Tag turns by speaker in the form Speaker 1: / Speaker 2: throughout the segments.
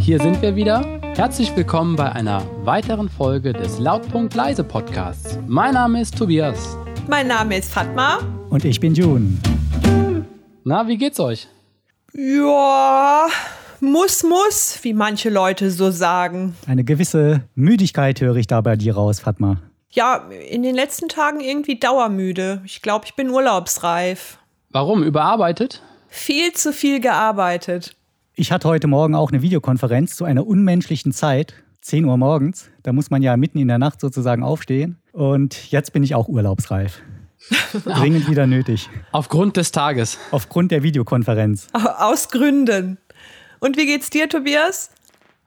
Speaker 1: Hier sind wir wieder. Herzlich willkommen bei einer weiteren Folge des Lautpunkt Leise Podcasts. Mein Name ist Tobias.
Speaker 2: Mein Name ist Fatma.
Speaker 3: Und ich bin June.
Speaker 1: Na, wie geht's euch?
Speaker 2: Ja, muss, muss, wie manche Leute so sagen.
Speaker 3: Eine gewisse Müdigkeit höre ich da bei dir raus, Fatma.
Speaker 2: Ja, in den letzten Tagen irgendwie dauermüde. Ich glaube, ich bin urlaubsreif.
Speaker 1: Warum? Überarbeitet?
Speaker 2: Viel zu viel gearbeitet.
Speaker 3: Ich hatte heute Morgen auch eine Videokonferenz zu einer unmenschlichen Zeit. 10 Uhr morgens. Da muss man ja mitten in der Nacht sozusagen aufstehen. Und jetzt bin ich auch urlaubsreif. Dringend wieder nötig.
Speaker 1: Aufgrund des Tages.
Speaker 3: Aufgrund der Videokonferenz.
Speaker 2: Aus Gründen. Und wie geht's dir, Tobias?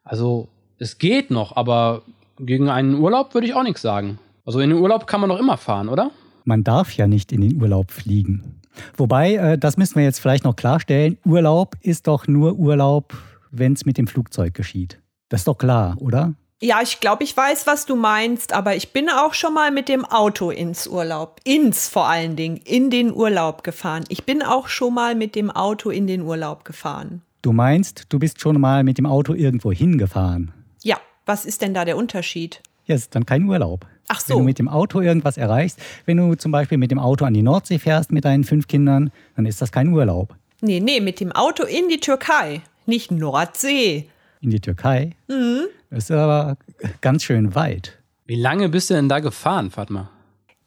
Speaker 1: Also, es geht noch, aber gegen einen Urlaub würde ich auch nichts sagen. Also, in den Urlaub kann man doch immer fahren, oder?
Speaker 3: Man darf ja nicht in den Urlaub fliegen. Wobei, äh, das müssen wir jetzt vielleicht noch klarstellen, Urlaub ist doch nur Urlaub, wenn es mit dem Flugzeug geschieht. Das ist doch klar, oder?
Speaker 2: Ja, ich glaube, ich weiß, was du meinst, aber ich bin auch schon mal mit dem Auto ins Urlaub. Ins vor allen Dingen, in den Urlaub gefahren. Ich bin auch schon mal mit dem Auto in den Urlaub gefahren.
Speaker 3: Du meinst, du bist schon mal mit dem Auto irgendwo hingefahren?
Speaker 2: Ja, was ist denn da der Unterschied?
Speaker 3: Ja, ist dann kein Urlaub.
Speaker 2: Ach so.
Speaker 3: Wenn du mit dem Auto irgendwas erreichst, wenn du zum Beispiel mit dem Auto an die Nordsee fährst mit deinen fünf Kindern, dann ist das kein Urlaub.
Speaker 2: Nee, nee, mit dem Auto in die Türkei, nicht Nordsee.
Speaker 3: In die Türkei? Mhm. Das ist aber ganz schön weit.
Speaker 1: Wie lange bist du denn da gefahren, Fatma?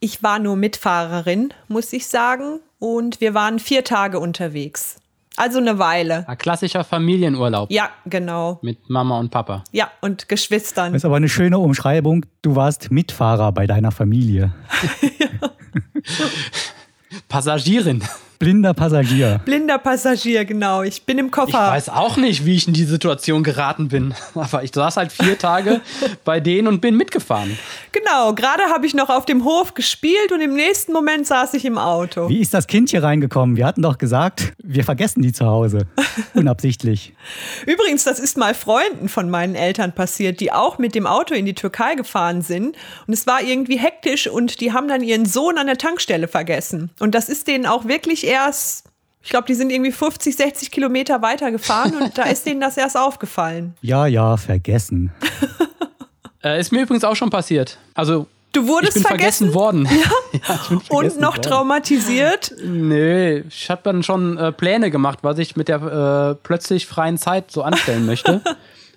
Speaker 2: Ich war nur Mitfahrerin, muss ich sagen, und wir waren vier Tage unterwegs. Also eine Weile.
Speaker 1: Ein klassischer Familienurlaub
Speaker 2: Ja, genau.
Speaker 1: mit Mama und Papa.
Speaker 2: Ja, und Geschwistern.
Speaker 3: Das ist aber eine schöne Umschreibung. Du warst Mitfahrer bei deiner Familie.
Speaker 1: Passagierin.
Speaker 3: Blinder Passagier.
Speaker 2: Blinder Passagier, genau. Ich bin im
Speaker 1: Ich
Speaker 2: Koffer.
Speaker 1: weiß auch nicht, wie ich in die Situation geraten bin. Aber ich saß halt vier Tage bei denen und bin mitgefahren.
Speaker 2: Genau, gerade habe ich noch auf dem Hof gespielt und im nächsten Moment saß ich im Auto.
Speaker 3: Wie ist das Kind hier reingekommen? Wir hatten doch gesagt, wir vergessen die zu Hause. Unabsichtlich.
Speaker 2: Übrigens, das ist mal Freunden von meinen Eltern passiert, die auch mit dem Auto in die Türkei gefahren sind. Und es war irgendwie hektisch und die haben dann ihren Sohn an der Tankstelle vergessen. Und das ist denen auch wirklich erst, ich glaube, die sind irgendwie 50, 60 Kilometer weiter gefahren und da ist denen das erst aufgefallen.
Speaker 3: Ja, ja, vergessen.
Speaker 1: Äh, ist mir übrigens auch schon passiert. Also,
Speaker 2: Du
Speaker 1: ich
Speaker 2: wurdest
Speaker 1: bin
Speaker 2: vergessen,
Speaker 1: vergessen, worden. Ja? ich bin vergessen
Speaker 2: und noch
Speaker 1: worden.
Speaker 2: traumatisiert.
Speaker 1: Nee, ich habe dann schon äh, Pläne gemacht, was ich mit der äh, plötzlich freien Zeit so anstellen möchte.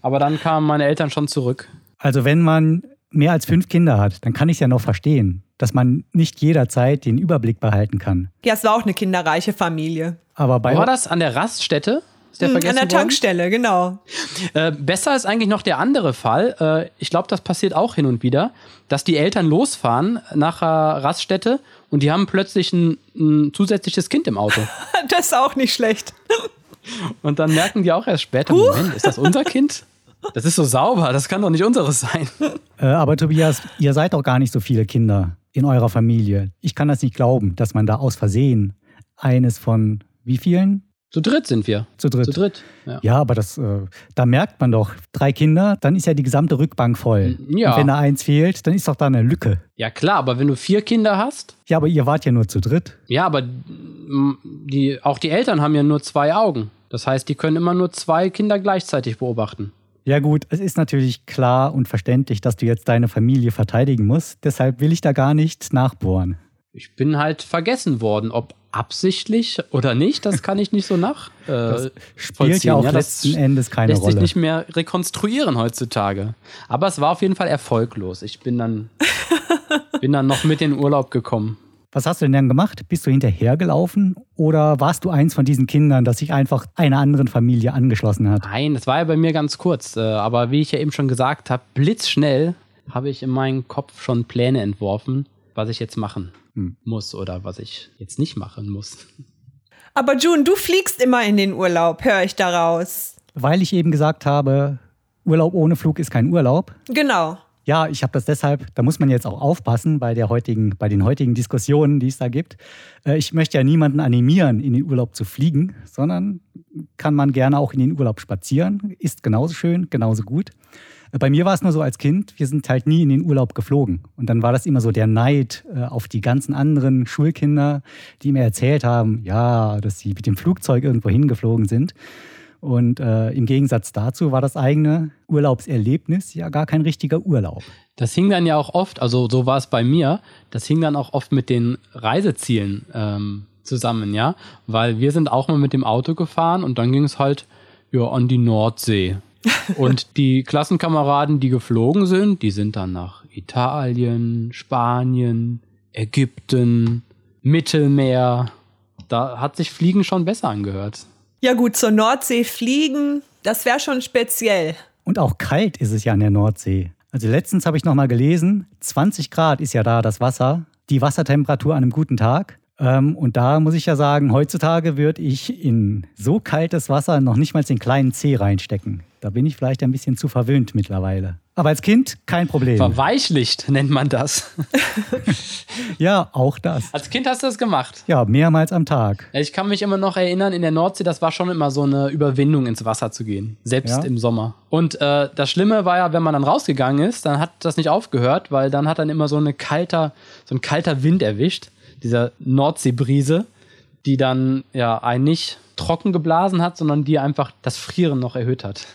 Speaker 1: Aber dann kamen meine Eltern schon zurück.
Speaker 3: Also wenn man mehr als fünf Kinder hat, dann kann ich es ja noch verstehen, dass man nicht jederzeit den Überblick behalten kann.
Speaker 2: Ja, es war auch eine kinderreiche Familie.
Speaker 3: Aber bei
Speaker 1: Wo war das? An der Raststätte? Ist der
Speaker 2: Hm,
Speaker 1: vergessen
Speaker 2: An der
Speaker 1: worden?
Speaker 2: Tankstelle, genau.
Speaker 1: Äh, besser ist eigentlich noch der andere Fall. Äh, ich glaube, das passiert auch hin und wieder, dass die Eltern losfahren nach einer Raststätte und die haben plötzlich ein, ein zusätzliches Kind im Auto.
Speaker 2: Das ist auch nicht schlecht.
Speaker 1: Und dann merken die auch erst später, Moment, ist das unser Kind? Das ist so sauber, das kann doch nicht unseres sein.
Speaker 3: Äh, aber Tobias, ihr seid doch gar nicht so viele Kinder in eurer Familie. Ich kann das nicht glauben, dass man da aus Versehen eines von wie vielen?
Speaker 1: Zu dritt sind wir.
Speaker 3: Zu dritt.
Speaker 1: Zu dritt. Ja.
Speaker 3: Ja, aber das, äh, da merkt man doch, drei Kinder, dann ist ja die gesamte Rückbank voll.
Speaker 1: Ja.
Speaker 3: Und wenn da eins fehlt, dann ist doch da eine Lücke.
Speaker 1: ja klar, aber wenn du vier Kinder hast,
Speaker 3: Ja, aber ihr wart ja nur zu dritt.
Speaker 1: ja, aber mm, die, auch die Eltern haben ja nur zwei Augen. Das heißt, die können immer nur zwei Kinder gleichzeitig beobachten.
Speaker 3: Ja gut, es ist natürlich klar und verständlich, dass du jetzt deine Familie verteidigen musst. Deshalb will ich da gar nicht nachbohren.
Speaker 1: Ich bin halt vergessen worden, ob absichtlich oder nicht, das kann ich nicht so nach. Äh,
Speaker 3: Das spielt
Speaker 1: vollziehen.
Speaker 3: ja auch
Speaker 1: das
Speaker 3: letzten Endes keine
Speaker 1: lässt sich
Speaker 3: Rolle.
Speaker 1: nicht mehr rekonstruieren heutzutage. Aber es war auf jeden Fall erfolglos. Ich bin dann, bin dann noch mit in den Urlaub gekommen.
Speaker 3: Was hast du denn dann gemacht? Bist du hinterhergelaufen oder warst du eins von diesen Kindern, das sich einfach einer anderen Familie angeschlossen hat?
Speaker 1: Nein, das war ja bei mir ganz kurz. Äh, aber wie ich ja eben schon gesagt habe, blitzschnell habe ich in meinem Kopf schon Pläne entworfen, was ich jetzt machen
Speaker 3: Hm.
Speaker 1: muss oder was ich jetzt nicht machen muss.
Speaker 2: Aber June, du fliegst immer in den Urlaub, höre ich daraus.
Speaker 3: Weil ich eben gesagt habe, Urlaub ohne Flug ist kein Urlaub.
Speaker 2: Genau.
Speaker 3: Ja, ich habe das deshalb, da muss man jetzt auch aufpassen bei, der heutigen, bei den heutigen Diskussionen, die es da gibt. Äh, Ich möchte ja niemanden animieren, in den Urlaub zu fliegen, sondern kann man gerne auch in den Urlaub spazieren. Ist genauso schön, genauso gut. Äh, Bei mir war es nur so als Kind, wir sind halt nie in den Urlaub geflogen. Und dann war das immer so der Neid äh, auf die ganzen anderen Schulkinder, die mir erzählt haben, ja, dass sie mit dem Flugzeug irgendwo hingeflogen sind. Und äh, im Gegensatz dazu war das eigene Urlaubserlebnis ja gar kein richtiger Urlaub.
Speaker 1: Das hing dann ja auch oft, also so war es bei mir, das hing dann auch oft mit den Reisezielen ähm, zusammen, ja. Weil wir sind auch mal mit dem Auto gefahren und dann ging es halt ja, an die Nordsee. und die Klassenkameraden, die geflogen sind, die sind dann nach Italien, Spanien, Ägypten, Mittelmeer. Da hat sich Fliegen schon besser angehört.
Speaker 2: Ja gut, zur Nordsee fliegen, das wäre schon speziell.
Speaker 3: Und auch kalt ist es ja an der Nordsee. Also letztens habe ich nochmal gelesen, 20 Grad ist ja da das Wasser, die Wassertemperatur an einem guten Tag. Ähm, und da muss ich ja sagen, heutzutage würde ich in so kaltes Wasser noch nicht mal den kleinen Zeh reinstecken. Da bin ich vielleicht ein bisschen zu verwöhnt mittlerweile. Aber als Kind kein Problem.
Speaker 1: Verweichlicht nennt man das.
Speaker 3: ja, auch das.
Speaker 1: Als Kind hast du das gemacht.
Speaker 3: Ja, mehrmals am Tag.
Speaker 1: Ich kann mich immer noch erinnern, in der Nordsee, das war schon immer so eine Überwindung, ins Wasser zu gehen. Selbst
Speaker 3: Ja.
Speaker 1: im Sommer. Und äh, das Schlimme war ja, wenn man dann rausgegangen ist, dann hat das nicht aufgehört, weil dann hat dann immer so, eine kalter, so ein kalter Wind erwischt. Dieser Nordseebrise, die dann ja einen nicht trocken geblasen hat, sondern die einfach das Frieren noch erhöht hat.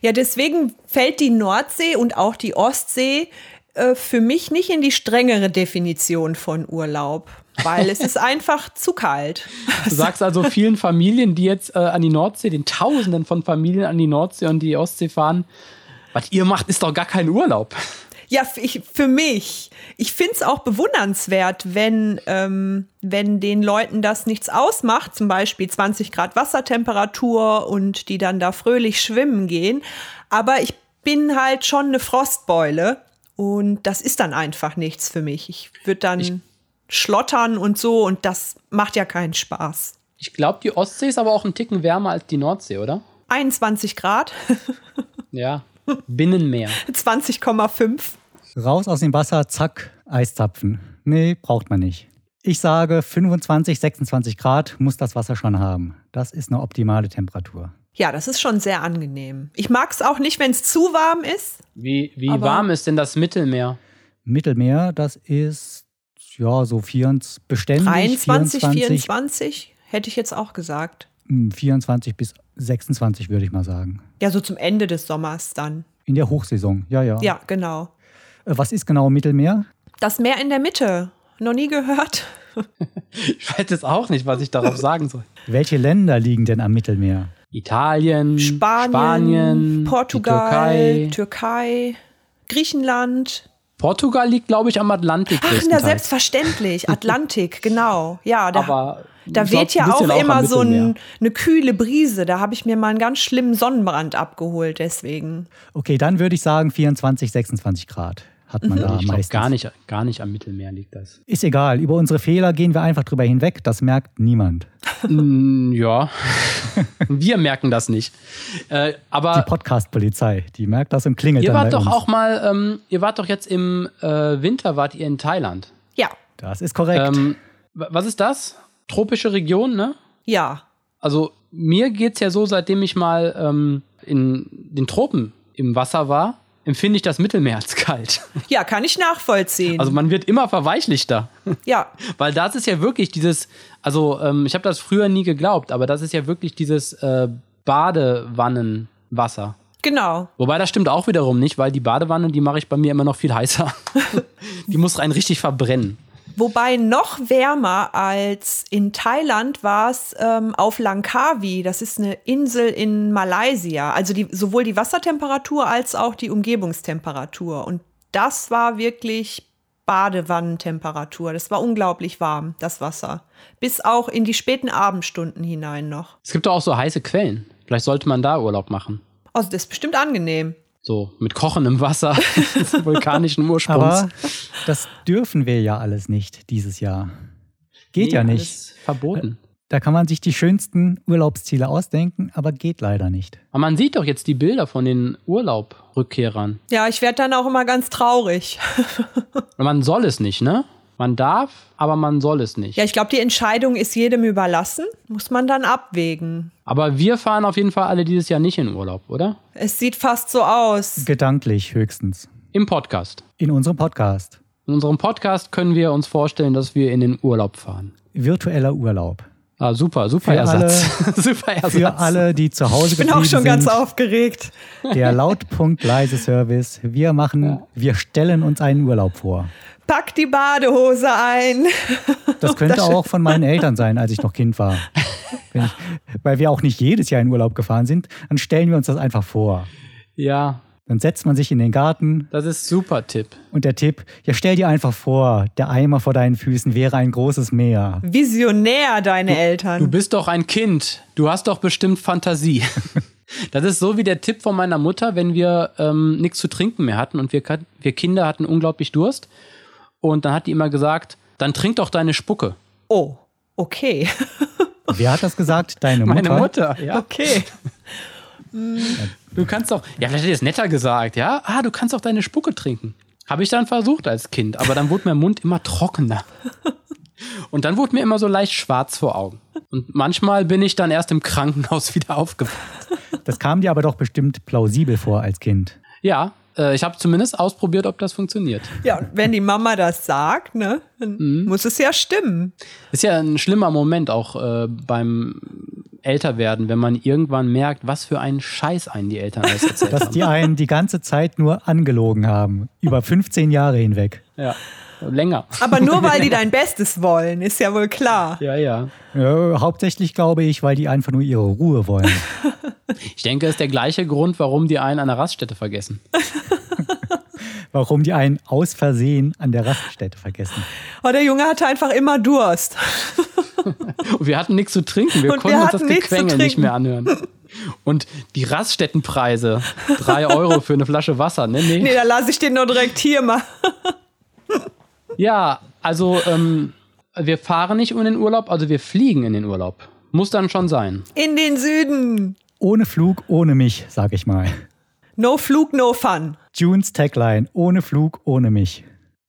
Speaker 2: Ja, deswegen fällt die Nordsee und auch die Ostsee äh, für mich nicht in die strengere Definition von Urlaub, weil es ist einfach zu kalt.
Speaker 1: Du sagst also vielen Familien, die jetzt äh, an die Nordsee, den Tausenden von Familien an die Nordsee und die Ostsee fahren, was ihr macht, ist doch gar kein Urlaub.
Speaker 2: Ja, f- ich, für mich. Ich finde es auch bewundernswert, wenn, ähm, wenn den Leuten das nichts ausmacht, zum Beispiel 20 Grad Wassertemperatur und die dann da fröhlich schwimmen gehen. Aber ich bin halt schon eine Frostbeule und das ist dann einfach nichts für mich. Ich würde dann schlottern und so und das macht ja keinen Spaß.
Speaker 1: Ich glaube, die Ostsee ist aber auch einen Ticken wärmer als die Nordsee, oder?
Speaker 2: 21 Grad,
Speaker 1: Ja. Binnenmeer.
Speaker 2: 20,5.
Speaker 3: Raus aus dem Wasser, zack, Eiszapfen. Nee, braucht man nicht. Ich sage, 25, 26 Grad muss das Wasser schon haben. Das ist eine optimale Temperatur.
Speaker 2: Ja, das ist schon sehr angenehm. Ich mag es auch nicht, wenn es zu warm ist.
Speaker 1: Wie, wie
Speaker 2: Aber-
Speaker 1: warm ist denn das Mittelmeer?
Speaker 3: Mittelmeer, das ist ja so 24, beständig
Speaker 2: 23, 24,
Speaker 3: 24,
Speaker 2: hätte ich jetzt auch gesagt.
Speaker 3: hm, 24 bis 26 würde ich mal sagen.
Speaker 2: Ja, so zum Ende des Sommers dann.
Speaker 3: In der Hochsaison, ja, ja.
Speaker 2: Ja, genau.
Speaker 3: Äh, Was ist genau Mittelmeer?
Speaker 2: Das Meer in der Mitte. Noch nie gehört?
Speaker 1: Ich weiß jetzt auch nicht, was ich darauf sagen soll.
Speaker 3: Welche Länder liegen denn am Mittelmeer?
Speaker 1: Italien,
Speaker 2: Spanien,
Speaker 1: Hm. Spanien die
Speaker 2: Portugal, Türkei.
Speaker 1: Türkei.
Speaker 2: Griechenland.
Speaker 1: Portugal liegt, glaube ich, am Atlantik.
Speaker 2: Ach, na,
Speaker 1: größtenteils.
Speaker 2: selbstverständlich. Atlantik, genau. Ja, da,
Speaker 1: Aber
Speaker 2: da
Speaker 1: ich glaub,
Speaker 2: weht ja
Speaker 1: ein
Speaker 2: auch
Speaker 1: bisschen am
Speaker 2: immer so
Speaker 1: Mittelmeer.
Speaker 2: ein, eine kühle Brise. Da habe ich mir mal einen ganz schlimmen Sonnenbrand abgeholt, deswegen.
Speaker 3: Okay, dann würde ich sagen 24, 26 Grad hat man da
Speaker 1: Ich glaube,
Speaker 3: meistens.
Speaker 1: gar nicht, gar nicht am Mittelmeer liegt das.
Speaker 3: Ist egal, über unsere Fehler gehen wir einfach drüber hinweg, das merkt niemand.
Speaker 1: Mm, ja. Wir merken das nicht. Äh,
Speaker 3: Die
Speaker 1: aber
Speaker 3: Podcast-Polizei, die merkt das und klingelt
Speaker 1: ihr
Speaker 3: dann
Speaker 1: wart
Speaker 3: bei
Speaker 1: doch
Speaker 3: uns.
Speaker 1: auch mal, ähm, ihr wart doch jetzt im äh, Winter, wart ihr in Thailand.
Speaker 2: Ja,
Speaker 3: Das ist korrekt.
Speaker 1: Ähm, wa- was ist das? Tropische Region, ne?
Speaker 2: ja.
Speaker 1: Also mir geht's ja so, seitdem ich mal ähm, in den Tropen im Wasser war, empfinde ich das Mittelmeer als kalt.
Speaker 2: Ja, kann ich nachvollziehen.
Speaker 1: Also man wird immer verweichlichter.
Speaker 2: ja,
Speaker 1: Weil das ist ja wirklich dieses, also ähm, ich habe das früher nie geglaubt, aber das ist ja wirklich dieses äh, Badewannenwasser.
Speaker 2: genau.
Speaker 1: Wobei das stimmt auch wiederum nicht, weil die Badewanne, die mache ich bei mir immer noch viel heißer. die muss einen richtig verbrennen.
Speaker 2: Wobei noch wärmer als in Thailand war es ähm, auf Langkawi. Das ist eine Insel in Malaysia. Also die, sowohl die Wassertemperatur als auch die Umgebungstemperatur. Und das war wirklich Badewannentemperatur. Das war unglaublich warm, das Wasser. Bis auch in die späten Abendstunden hinein noch.
Speaker 1: Es gibt doch auch so heiße Quellen. Vielleicht sollte man da Urlaub machen.
Speaker 2: Also das ist bestimmt angenehm.
Speaker 1: So mit kochendem Wasser, vulkanischen Ursprungs.
Speaker 3: Aber das dürfen wir ja alles nicht dieses Jahr. Geht ja
Speaker 1: Nee,
Speaker 3: nicht.
Speaker 1: alles Verboten.
Speaker 3: Da kann man sich die schönsten Urlaubsziele ausdenken, aber geht leider nicht.
Speaker 1: Aber man sieht doch jetzt die Bilder von den Urlaubrückkehrern.
Speaker 2: Ja, ich werde dann auch immer ganz traurig.
Speaker 1: Und Man soll es nicht, ne? Man darf, aber man soll es nicht.
Speaker 2: Ja, ich glaube, die Entscheidung ist jedem überlassen. Muss man dann abwägen.
Speaker 1: Aber wir fahren auf jeden Fall alle dieses Jahr nicht in Urlaub, oder?
Speaker 2: Es sieht fast so aus.
Speaker 3: Gedanklich höchstens.
Speaker 1: Im Podcast.
Speaker 3: In unserem Podcast.
Speaker 1: In unserem Podcast können wir uns vorstellen, dass wir in den Urlaub fahren.
Speaker 3: Virtueller Urlaub.
Speaker 1: Ah, super, super
Speaker 3: Für
Speaker 1: Ersatz. super Ersatz.
Speaker 3: Für alle, die zu Hause
Speaker 2: Ich bin auch
Speaker 3: geblieben
Speaker 2: schon ganz
Speaker 3: sind,
Speaker 2: aufgeregt.
Speaker 3: der Lautpunkt-Leise-Service. Wir machen, wir stellen uns einen Urlaub vor.
Speaker 2: Pack die Badehose ein.
Speaker 1: Oh,
Speaker 3: Das könnte auch von meinen Eltern sein, als ich noch Kind war. Wenn ich, weil wir auch nicht jedes Jahr in Urlaub gefahren sind, dann stellen wir uns das einfach vor.
Speaker 1: Ja,
Speaker 3: Dann setzt man sich in den Garten
Speaker 1: das ist super Tipp.
Speaker 3: und der Tipp, ja stell dir einfach vor, der Eimer vor deinen Füßen wäre ein großes Meer.
Speaker 2: Visionär, deine
Speaker 1: Du
Speaker 2: Eltern.
Speaker 1: bist doch ein Kind. Du hast doch bestimmt Fantasie. Das ist so wie der Tipp von meiner Mutter, wenn wir ähm, nichts zu trinken mehr hatten und wir, kat- wir Kinder hatten unglaublich Durst. Und dann hat die immer gesagt, dann trink doch deine Spucke.
Speaker 2: Oh, okay.
Speaker 3: Wer hat das gesagt? Deine Mutter.
Speaker 1: Meine Mutter, ja.
Speaker 2: Okay.
Speaker 1: Du kannst auch, ja, vielleicht hätte ich es netter gesagt, ja. Ah, du kannst auch deine Spucke trinken. Habe ich dann versucht als Kind, aber dann wurde mein Mund immer trockener. Und dann wurde mir immer so leicht schwarz vor Augen. Und manchmal bin ich dann erst im Krankenhaus wieder aufgewacht.
Speaker 3: Das kam dir aber doch bestimmt plausibel vor als Kind.
Speaker 1: Ja, äh, ich habe zumindest ausprobiert, ob das funktioniert.
Speaker 2: Ja, und wenn die Mama das sagt, ne, dann
Speaker 1: Mhm.
Speaker 2: muss es ja stimmen.
Speaker 1: Ist ja ein schlimmer Moment auch äh, beim Älterwerden, wenn man irgendwann merkt, was für einen Scheiß einen die Eltern alles erzählt
Speaker 3: Dass
Speaker 1: haben.
Speaker 3: die einen die ganze Zeit nur angelogen haben. Über 15 Jahre hinweg.
Speaker 1: Ja, länger.
Speaker 2: Aber nur weil die dein Bestes wollen, ist ja wohl klar.
Speaker 1: Ja, ja.
Speaker 3: Ja, hauptsächlich glaube ich, weil die einfach nur ihre Ruhe wollen.
Speaker 1: Ich denke, es ist der gleiche Grund, warum die einen an der Raststätte vergessen.
Speaker 3: Warum die einen aus Versehen an der Raststätte vergessen.
Speaker 2: Aber Oh, der Junge hatte einfach immer Durst.
Speaker 1: Und wir hatten nichts zu trinken. Wir
Speaker 2: Und wir
Speaker 1: konnten uns das
Speaker 2: hatten nichts zu
Speaker 1: Gequengel nicht
Speaker 2: trinken.
Speaker 1: mehr anhören. Und die Raststättenpreise. Drei Euro für eine Flasche Wasser, ne? Nee.
Speaker 2: Nee, da lasse ich den nur direkt hier mal.
Speaker 1: Ja, also ähm, wir fahren nicht in den Urlaub, also wir fliegen in den Urlaub. Muss dann schon sein.
Speaker 2: In den Süden.
Speaker 3: Ohne Flug, ohne mich, sag ich mal.
Speaker 2: No Flug, no Fun.
Speaker 3: Junes Tagline, ohne Flug, ohne mich.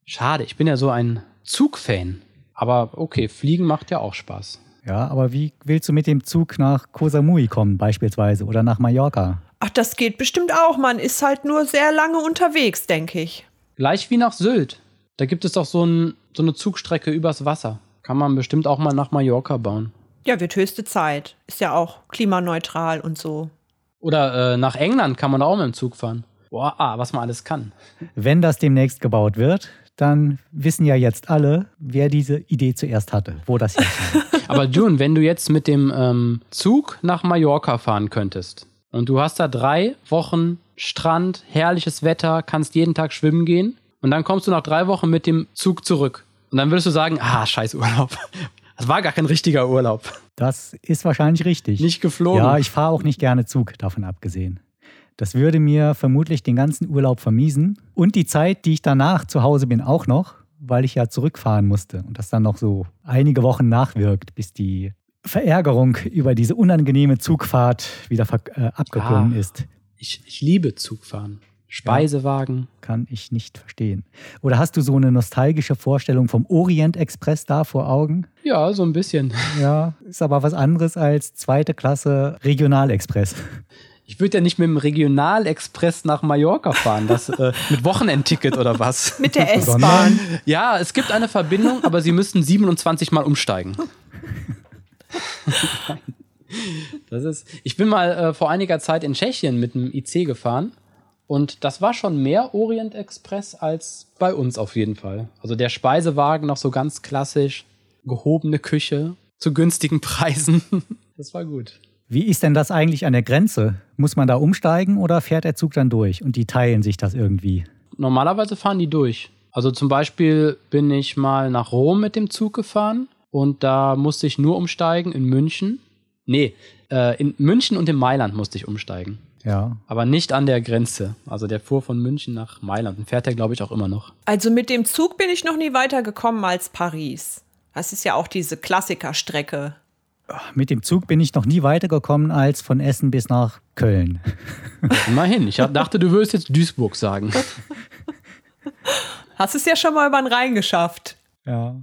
Speaker 1: Schade, ich bin ja so ein Zugfan. Aber okay, fliegen macht ja auch Spaß.
Speaker 3: Ja, aber wie willst du mit dem Zug nach Koh Samui kommen beispielsweise oder nach Mallorca?
Speaker 2: Ach, das geht bestimmt auch. Man ist halt nur sehr lange unterwegs, denke ich.
Speaker 1: Gleich wie nach Sylt. Da gibt es doch so, ein, so eine Zugstrecke übers Wasser. Kann man bestimmt auch mal nach Mallorca bauen.
Speaker 2: Ja, wird höchste Zeit. Ist ja auch klimaneutral und so.
Speaker 1: Oder äh, nach England kann man da auch mit dem Zug fahren. Boah, ah, was man alles kann.
Speaker 3: Wenn das demnächst gebaut wird, dann wissen ja jetzt alle, wer diese Idee zuerst hatte, wo das herkam.
Speaker 1: Aber June, wenn du jetzt mit dem ähm, Zug nach Mallorca fahren könntest und du hast da drei Wochen Strand, herrliches Wetter, kannst jeden Tag schwimmen gehen und dann kommst du nach drei Wochen mit dem Zug zurück und dann würdest du sagen, ah, scheiß Urlaub. Das war gar kein richtiger Urlaub.
Speaker 3: Das ist wahrscheinlich richtig.
Speaker 1: Nicht geflogen.
Speaker 3: Ja, ich fahre auch nicht gerne Zug, davon abgesehen. Das würde mir vermutlich den ganzen Urlaub vermiesen und die Zeit, die ich danach zu Hause bin, auch noch, weil ich ja zurückfahren musste und das dann noch so einige Wochen nachwirkt, bis die Verärgerung über diese unangenehme Zugfahrt wieder ver- äh, abgeklungen
Speaker 1: Ah.
Speaker 3: ist.
Speaker 1: Ich, ich liebe Zugfahren. Speisewagen.
Speaker 3: Kann ich nicht verstehen. Oder hast du so eine nostalgische Vorstellung vom Orient Express da vor Augen?
Speaker 1: Ja, so ein bisschen.
Speaker 3: Ja, ist aber was anderes als zweite Klasse Regionalexpress.
Speaker 1: Ich würde ja nicht mit dem Regionalexpress nach Mallorca fahren, das äh, mit Wochenendticket oder was.
Speaker 2: Mit der
Speaker 3: Sondern-
Speaker 2: S-Bahn.
Speaker 1: Ja, es gibt eine Verbindung, aber sie müssten 27 Mal umsteigen. Das ist, ich bin mal äh, vor einiger Zeit in Tschechien mit dem IC gefahren und das war schon mehr Orient Express als bei uns auf jeden Fall. Also der Speisewagen noch so ganz klassisch, gehobene Küche zu günstigen Preisen. Das war gut.
Speaker 3: Wie ist denn das eigentlich an der Grenze? Muss man da umsteigen oder fährt der Zug dann durch und die teilen sich das irgendwie?
Speaker 1: normalerweise fahren die durch. Also zum Beispiel bin ich mal nach Rom mit dem Zug gefahren und da musste ich nur umsteigen in München. Nee, äh, in München und in Mailand musste ich umsteigen.
Speaker 3: Ja.
Speaker 1: Aber nicht an der Grenze. Also der fuhr von München nach Mailand und fährt der, glaube ich, auch immer noch.
Speaker 2: Also mit dem Zug bin ich noch nie weiter gekommen als Paris. Das ist ja auch diese Klassikerstrecke.
Speaker 3: Mit dem Zug bin ich noch nie weitergekommen als von Essen bis nach Köln.
Speaker 1: Immerhin. Ich hab- dachte, du würdest jetzt Duisburg sagen.
Speaker 2: Hast es ja schon mal über den Rhein geschafft.
Speaker 3: Ja.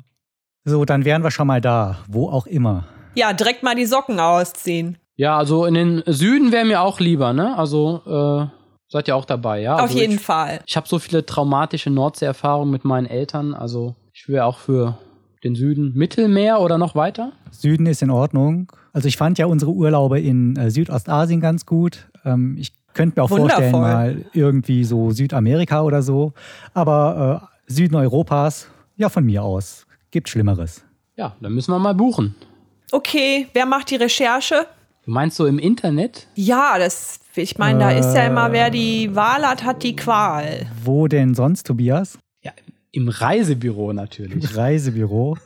Speaker 3: So, dann wären wir schon mal da, wo auch immer.
Speaker 2: Ja, direkt mal die Socken ausziehen.
Speaker 1: Ja, also in den Süden wäre mir auch lieber, ne? Also äh, seid ihr auch dabei, ja?
Speaker 2: Auf
Speaker 1: Also
Speaker 2: jeden
Speaker 1: ich,
Speaker 2: Fall.
Speaker 1: Ich habe so viele traumatische Nordsee-Erfahrungen mit meinen Eltern. Also ich wäre auch für den Süden, Mittelmeer oder noch weiter?
Speaker 3: Süden ist in Ordnung. Also ich fand ja unsere Urlaube in äh, Südostasien ganz gut. Ähm, ich könnte mir auch
Speaker 2: Wundervoll.
Speaker 3: vorstellen, mal irgendwie so Südamerika oder so. Aber äh, Süden Europas, ja von mir aus, gibt Schlimmeres.
Speaker 1: Ja, dann müssen wir mal buchen.
Speaker 2: Okay, wer macht die Recherche?
Speaker 1: Du meinst so im Internet?
Speaker 2: Ja, das, ich meine, da ist ja immer, wer die Wahl hat, hat die Qual.
Speaker 3: Wo denn sonst, Tobias?
Speaker 1: Ja, im Reisebüro natürlich.
Speaker 3: Reisebüro.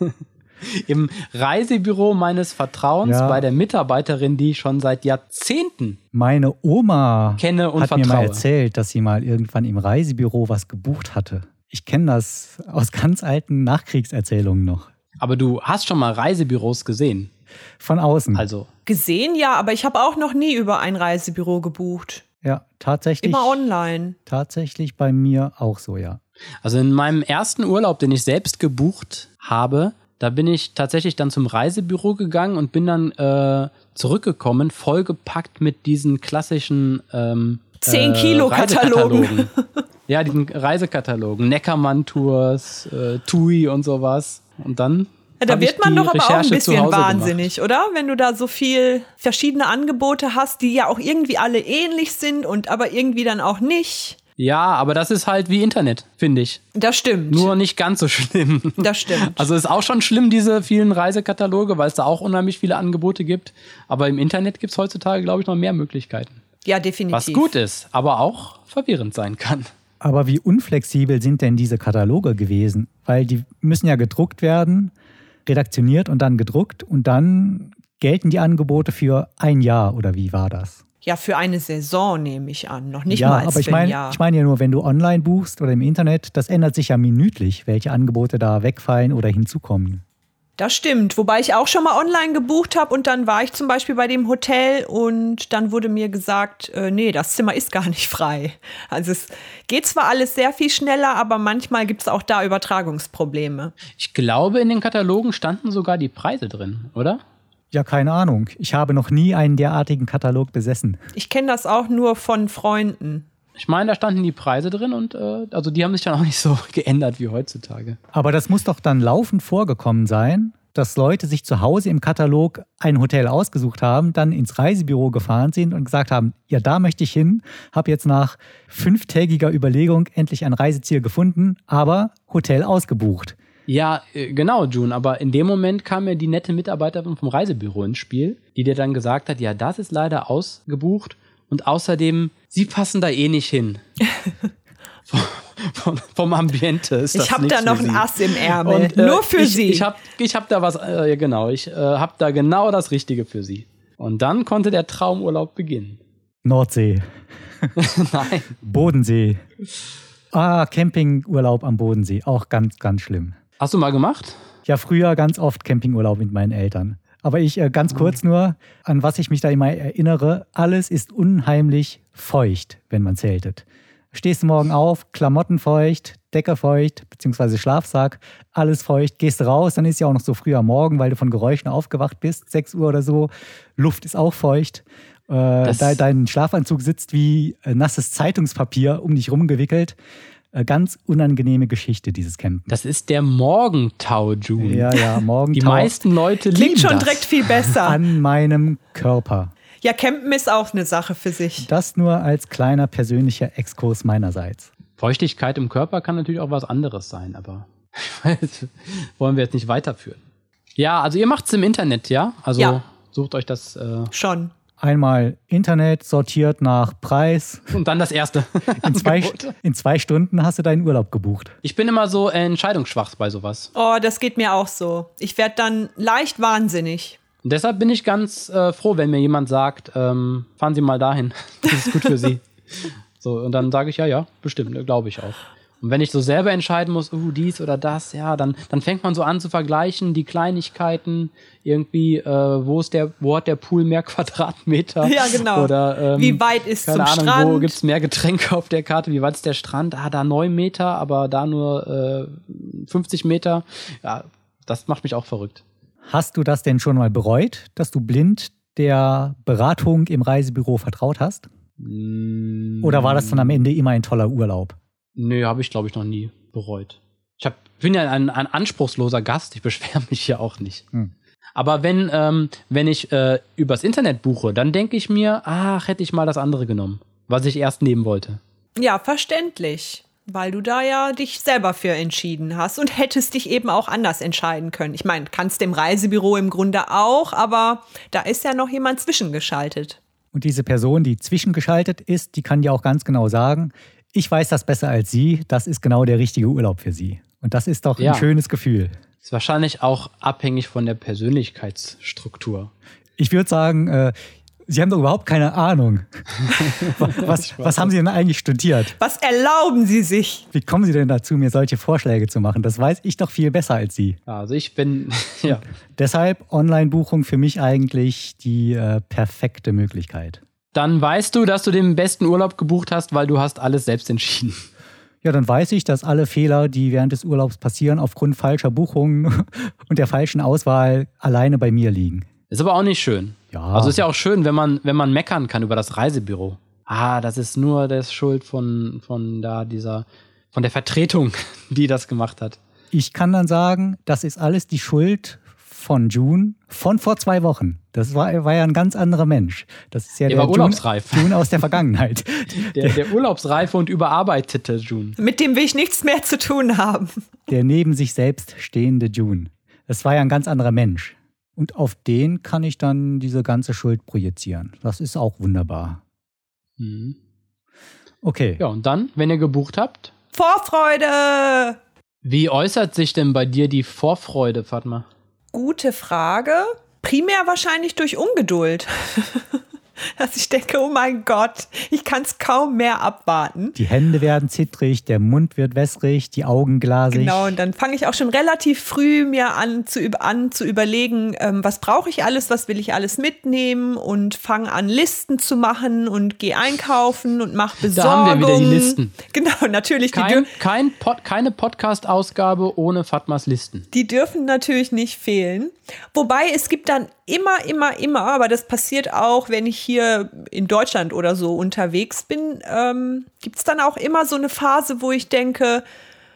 Speaker 1: Im Reisebüro meines Vertrauens
Speaker 3: Ja.
Speaker 1: bei der Mitarbeiterin, die ich schon seit Jahrzehnten.
Speaker 3: Meine Oma
Speaker 1: Kenne und
Speaker 3: hat mir mal
Speaker 1: vertraue.
Speaker 3: erzählt, dass sie mal irgendwann im Reisebüro was gebucht hatte. Ich kenne das aus ganz alten Nachkriegserzählungen noch.
Speaker 1: Aber du hast schon mal Reisebüros gesehen.
Speaker 3: Von außen.
Speaker 1: Also,
Speaker 2: Gesehen ja, aber ich habe auch noch nie über ein Reisebüro gebucht.
Speaker 3: ja, tatsächlich.
Speaker 2: Immer online.
Speaker 3: Tatsächlich bei mir auch so, ja.
Speaker 1: also in meinem ersten Urlaub, den ich selbst gebucht habe, da bin ich tatsächlich dann zum Reisebüro gegangen und bin dann äh, zurückgekommen, vollgepackt mit diesen klassischen ähm,
Speaker 2: 10 Kilo Katalogen.
Speaker 1: Reisekatalogen. ja, diesen Reisekatalogen, Neckermann-Tours, äh, TUI und sowas. Und dann.
Speaker 2: Ja, da
Speaker 1: hab ich
Speaker 2: wird man
Speaker 1: die
Speaker 2: doch aber auch ein
Speaker 1: Recherche zu
Speaker 2: bisschen
Speaker 1: Hause gemacht.
Speaker 2: wahnsinnig, oder? Wenn du da so viel verschiedene Angebote hast, die ja auch irgendwie alle ähnlich sind und aber irgendwie dann auch nicht.
Speaker 1: Ja, aber das ist halt wie Internet, finde ich.
Speaker 2: Das stimmt.
Speaker 1: Nur nicht ganz so schlimm.
Speaker 2: das stimmt.
Speaker 1: Also ist auch schon schlimm, diese vielen Reisekataloge, weil es da auch unheimlich viele Angebote gibt. Aber im Internet gibt es heutzutage, glaube ich, noch mehr Möglichkeiten.
Speaker 2: ja, definitiv.
Speaker 1: Was gut ist, aber auch verwirrend sein kann.
Speaker 3: Aber wie unflexibel sind denn diese Kataloge gewesen? Weil die müssen ja gedruckt werden, redaktioniert und dann gedruckt und dann gelten die Angebote für ein Jahr oder wie war das?
Speaker 2: Ja, für eine Saison nehme ich an. Noch nicht
Speaker 3: ja,
Speaker 2: mal als
Speaker 3: aber ich
Speaker 2: für ein
Speaker 3: meine
Speaker 2: Jahr.
Speaker 3: ich meine ja nur, wenn du online buchst oder im Internet, das ändert sich ja minütlich, welche Angebote da wegfallen oder hinzukommen.
Speaker 2: Das stimmt, wobei ich auch schon mal online gebucht habe und dann war ich zum Beispiel bei dem Hotel und dann wurde mir gesagt, äh, nee, das Zimmer ist gar nicht frei. Also es geht zwar alles sehr viel schneller, aber manchmal gibt es auch da Übertragungsprobleme.
Speaker 1: Ich glaube, in den Katalogen standen sogar die Preise drin, oder?
Speaker 3: Ja, keine Ahnung. Ich habe noch nie einen derartigen Katalog besessen.
Speaker 2: Ich kenne das auch nur von Freunden.
Speaker 1: Ich meine, da standen die Preise drin und äh, also die haben sich dann auch nicht so geändert wie heutzutage.
Speaker 3: Aber das muss doch dann laufend vorgekommen sein, dass Leute sich zu Hause im Katalog ein Hotel ausgesucht haben, dann ins Reisebüro gefahren sind und gesagt haben, ja, da möchte ich hin, habe jetzt nach fünftägiger Überlegung endlich ein Reiseziel gefunden, aber Hotel ausgebucht.
Speaker 1: Ja, äh, genau, June, aber in dem Moment kam mir die nette Mitarbeiterin vom Reisebüro ins Spiel, die dir dann gesagt hat, ja, das ist leider ausgebucht und außerdem, sie passen da eh nicht hin. vom, vom, vom Ambiente ist das
Speaker 2: ich habe
Speaker 1: nichts
Speaker 2: da noch
Speaker 1: für
Speaker 2: einen
Speaker 1: sie.
Speaker 2: Ass im Ärmel.
Speaker 1: Und, äh,
Speaker 2: nur für
Speaker 1: ich,
Speaker 2: sie.
Speaker 1: Ich habe ich hab da was, äh, genau, ich äh, habe da genau das Richtige für sie. Und dann konnte der Traumurlaub beginnen.
Speaker 3: Nordsee,
Speaker 1: Nein.
Speaker 3: Bodensee. Ah, Campingurlaub am Bodensee, auch ganz, ganz schlimm.
Speaker 1: Hast du mal gemacht?
Speaker 3: Ja, früher ganz oft Campingurlaub mit meinen Eltern. Aber ich äh, ganz kurz nur, an was ich mich da immer erinnere, alles ist unheimlich feucht, wenn man zeltet. Stehst du morgen auf, Klamotten feucht, Decke feucht, beziehungsweise Schlafsack, alles feucht, gehst raus, dann ist ja auch noch so früh am Morgen, weil du von Geräuschen aufgewacht bist, 6 Uhr oder so, Luft ist auch feucht. Äh, de dein Schlafanzug sitzt wie äh, nasses Zeitungspapier um dich rumgewickelt. Äh, ganz unangenehme Geschichte, dieses Campen.
Speaker 1: Das ist der Morgentau, June.
Speaker 3: Ja, ja, morgen
Speaker 1: Die meisten Leute lieben
Speaker 2: Klingt schon
Speaker 1: das.
Speaker 2: direkt viel besser.
Speaker 3: an meinem Körper.
Speaker 2: Ja, Campen ist auch eine Sache für sich.
Speaker 3: Das nur als kleiner persönlicher Exkurs meinerseits.
Speaker 1: Feuchtigkeit im Körper kann natürlich auch was anderes sein, aber wollen wir jetzt nicht weiterführen. Ja, also ihr macht's im Internet, ja? Also
Speaker 2: Ja.
Speaker 1: sucht euch das äh,
Speaker 2: Schon.
Speaker 3: Einmal Internet sortiert nach Preis.
Speaker 1: und dann das erste.
Speaker 3: In zwei,
Speaker 1: Angebot.
Speaker 3: in zwei Stunden hast du deinen Urlaub gebucht.
Speaker 1: ich bin immer so entscheidungsschwach bei sowas.
Speaker 2: Oh, das geht mir auch so. Ich werde dann leicht wahnsinnig.
Speaker 1: Und deshalb bin ich ganz äh, froh, wenn mir jemand sagt, ähm, fahren Sie mal dahin. Das ist gut für Sie. So, und dann sage ich, ja, ja, bestimmt, glaube ich auch. Und wenn ich so selber entscheiden muss, uh, dies oder das, ja, dann, dann fängt man so an zu vergleichen, die Kleinigkeiten, irgendwie, äh, wo ist der, wo hat der Pool mehr Quadratmeter?
Speaker 2: Ja, genau.
Speaker 1: Oder ähm,
Speaker 2: Wie weit ist
Speaker 1: keine Ahnung,
Speaker 2: zum
Speaker 1: Wo
Speaker 2: Strand?
Speaker 1: gibt's mehr Getränke auf der Karte? Wie weit ist der Strand? Ah, da neun Meter, aber da nur äh, 50 Meter. Ja, das macht mich auch verrückt.
Speaker 3: Hast du das denn schon mal bereut, dass du blind der Beratung im Reisebüro vertraut hast? Oder war das dann am Ende immer ein toller Urlaub?
Speaker 1: Nö, habe ich glaube ich noch nie bereut. Ich hab, bin ja ein, ein anspruchsloser Gast, ich beschwere mich ja auch nicht.
Speaker 3: Hm.
Speaker 1: Aber wenn, ähm, wenn ich äh, übers Internet buche, dann denke ich mir, ach, hätte ich mal das andere genommen, was ich erst nehmen wollte.
Speaker 2: Ja, verständlich. Weil du da ja dich selber für entschieden hast und hättest dich eben auch anders entscheiden können. Ich meine, kannst dem Reisebüro im Grunde auch, aber da ist ja noch jemand zwischengeschaltet.
Speaker 3: Und diese Person, die zwischengeschaltet ist, die kann ja auch ganz genau sagen, ich weiß das besser als Sie, das ist genau der richtige Urlaub für Sie. Und das ist doch
Speaker 1: Ja.
Speaker 3: ein schönes Gefühl.
Speaker 1: Ist wahrscheinlich auch abhängig von der Persönlichkeitsstruktur.
Speaker 3: Ich würde sagen, äh, Sie haben doch überhaupt keine Ahnung. was, was haben Sie denn eigentlich studiert?
Speaker 2: Was erlauben sie sich?
Speaker 3: Wie kommen Sie denn dazu, mir solche Vorschläge zu machen? Das weiß ich doch viel besser als Sie.
Speaker 1: Also ich bin, ja,
Speaker 3: Deshalb Online-Buchung für mich eigentlich die äh, perfekte Möglichkeit.
Speaker 1: dann weißt du, dass du den besten Urlaub gebucht hast, weil du hast alles selbst entschieden.
Speaker 3: Ja, dann weiß ich, dass alle Fehler, die während des Urlaubs passieren, aufgrund falscher Buchungen und der falschen Auswahl alleine bei mir liegen.
Speaker 1: Ist aber auch nicht schön.
Speaker 3: Ja.
Speaker 1: Also ist ja auch schön, wenn man, wenn man meckern kann über das Reisebüro. Ah, das ist nur das Schuld von, von da dieser, von der Vertretung, die das gemacht hat.
Speaker 3: Ich kann dann sagen, das ist alles die Schuld von June von vor zwei Wochen. Das war, war ja ein ganz anderer Mensch. Das ist ja
Speaker 1: Der
Speaker 3: der,
Speaker 1: war
Speaker 3: June-
Speaker 1: urlaubsreif.
Speaker 3: June aus der Vergangenheit.
Speaker 1: Der, der urlaubsreife und überarbeitete June.
Speaker 2: Mit dem will ich nichts mehr zu tun haben.
Speaker 3: der neben sich selbst stehende June. Das war ja ein ganz anderer Mensch. Und auf den kann ich dann diese ganze Schuld projizieren. Das ist auch wunderbar.
Speaker 1: Mhm.
Speaker 3: Okay.
Speaker 1: Ja, und dann, wenn ihr gebucht habt,
Speaker 2: Vorfreude!
Speaker 1: wie äußert sich denn bei dir die Vorfreude, Fatma?
Speaker 2: Gute Frage. Primär wahrscheinlich durch Ungeduld. Dass ich denke, oh mein Gott, ich kann es kaum mehr abwarten.
Speaker 3: Die Hände werden zittrig, der Mund wird wässrig, die Augen glasig.
Speaker 2: Genau, und dann fange ich auch schon relativ früh mir an zu, üb- an, zu überlegen, ähm, was brauche ich alles, was will ich alles mitnehmen und fange an, Listen zu machen und gehe einkaufen und mache
Speaker 1: Da haben
Speaker 2: Besorgung.
Speaker 1: wir wieder die Listen.
Speaker 2: Genau, natürlich. Die,
Speaker 1: Kein,
Speaker 2: dür
Speaker 1: kein Pod, keine Podcast-Ausgabe ohne Fatmas Listen.
Speaker 2: die dürfen natürlich nicht fehlen. Wobei es gibt dann immer, immer, immer, aber das passiert auch, wenn ich hier in Deutschland oder so unterwegs bin, ähm, gibt es dann auch immer so eine Phase, wo ich denke,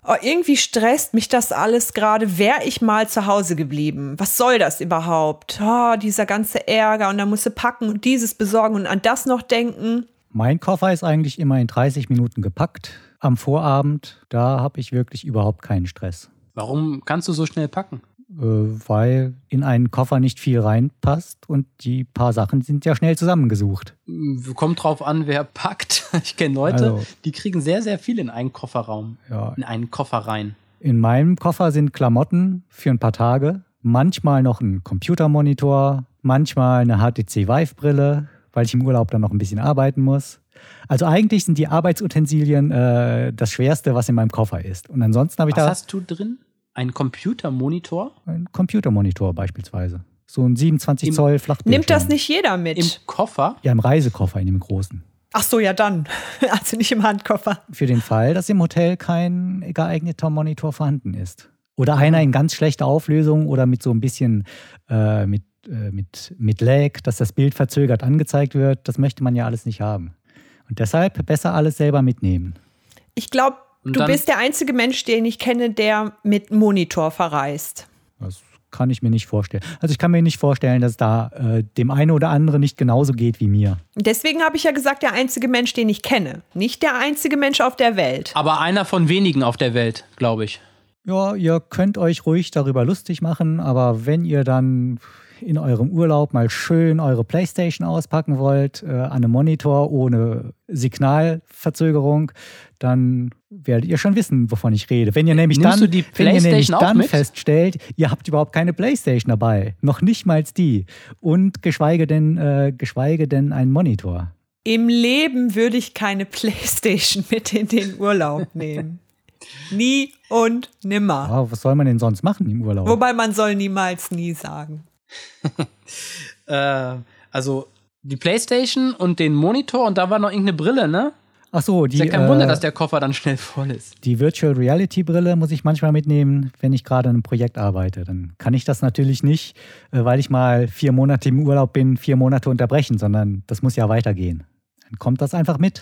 Speaker 2: Oh, irgendwie stresst mich das alles gerade. Wäre ich mal zu Hause geblieben? Was soll das überhaupt? Oh, dieser ganze Ärger und dann musst du packen und dieses besorgen und an das noch denken.
Speaker 3: Mein Koffer ist eigentlich immer in 30 Minuten gepackt. Am Vorabend, da habe ich wirklich überhaupt keinen Stress.
Speaker 1: Warum kannst du so schnell packen?
Speaker 3: Äh, weil in einen Koffer nicht viel reinpasst und die paar Sachen sind ja schnell zusammengesucht.
Speaker 1: Hm, Kommt drauf an, wer packt. Ich kenne Leute,
Speaker 3: Also.
Speaker 1: die kriegen sehr, sehr viel in einen Kofferraum.
Speaker 3: Ja.
Speaker 1: In einen Koffer rein.
Speaker 3: In meinem Koffer sind Klamotten für ein paar Tage, manchmal noch ein Computermonitor, manchmal eine HTC Vive-Brille, weil ich im Urlaub dann noch ein bisschen arbeiten muss. Also eigentlich sind die Arbeitsutensilien äh, das Schwerste, was in meinem Koffer ist. Und ansonsten habe ich
Speaker 1: Was
Speaker 3: da
Speaker 1: hast du drin? Ein Computermonitor?
Speaker 3: einen Computermonitor beispielsweise. So ein 27
Speaker 1: Im-
Speaker 3: Zoll Flachbildschirm.
Speaker 2: Nimmt das nicht jeder mit?
Speaker 1: Im Koffer?
Speaker 3: Ja, im Reisekoffer, in dem großen.
Speaker 2: Ach so, ja dann. Also nicht im Handkoffer.
Speaker 3: Für den Fall, dass im Hotel kein geeigneter Monitor vorhanden ist. Oder einer in ganz schlechter Auflösung oder mit so ein bisschen äh, mit, äh, mit, mit Lag, dass das Bild verzögert angezeigt wird. Das möchte man ja alles nicht haben. Und deshalb besser alles selber mitnehmen.
Speaker 2: Ich glaube,
Speaker 1: Und
Speaker 2: du
Speaker 1: dann-
Speaker 2: bist der einzige Mensch, den ich kenne, der mit Monitor verreist.
Speaker 3: Das kann ich mir nicht vorstellen. Also ich kann mir nicht vorstellen, dass da äh, dem einen oder anderen nicht genauso geht wie mir.
Speaker 2: Deswegen habe ich ja gesagt, der einzige Mensch, den ich kenne. Nicht der einzige Mensch auf der Welt.
Speaker 1: Aber einer von wenigen auf der Welt, glaube ich.
Speaker 3: Ja, ihr könnt euch ruhig darüber lustig machen, aber wenn ihr dann in eurem Urlaub mal schön eure Playstation auspacken wollt, äh, an einem Monitor ohne Signalverzögerung, dann werdet ihr schon wissen, wovon ich rede. Wenn ihr nämlich
Speaker 1: Äh, Nimmst du
Speaker 3: dann,
Speaker 1: die
Speaker 3: wenn ihr nämlich
Speaker 1: Playstation auch
Speaker 3: dann
Speaker 1: mit?
Speaker 3: feststellt, ihr habt überhaupt keine Playstation dabei, noch nicht mal die und geschweige denn, äh, geschweige denn einen Monitor.
Speaker 2: Im Leben würde ich keine Playstation mit in den Urlaub nehmen. Nie und nimmer.
Speaker 3: Ah, was soll man denn sonst machen im Urlaub?
Speaker 2: Wobei man soll niemals nie sagen.
Speaker 1: Äh, also die Playstation und den Monitor und da war noch irgendeine Brille, ne?
Speaker 3: Ach so, die
Speaker 1: Ist ja kein Wunder,
Speaker 3: äh,
Speaker 1: dass der Koffer dann schnell voll ist.
Speaker 3: Die Virtual Reality Brille muss ich manchmal mitnehmen, wenn ich gerade an einem Projekt arbeite. Dann kann ich das natürlich nicht, äh, weil ich mal vier Monate im Urlaub bin, vier Monate unterbrechen, sondern das muss ja weitergehen. Dann kommt das einfach mit.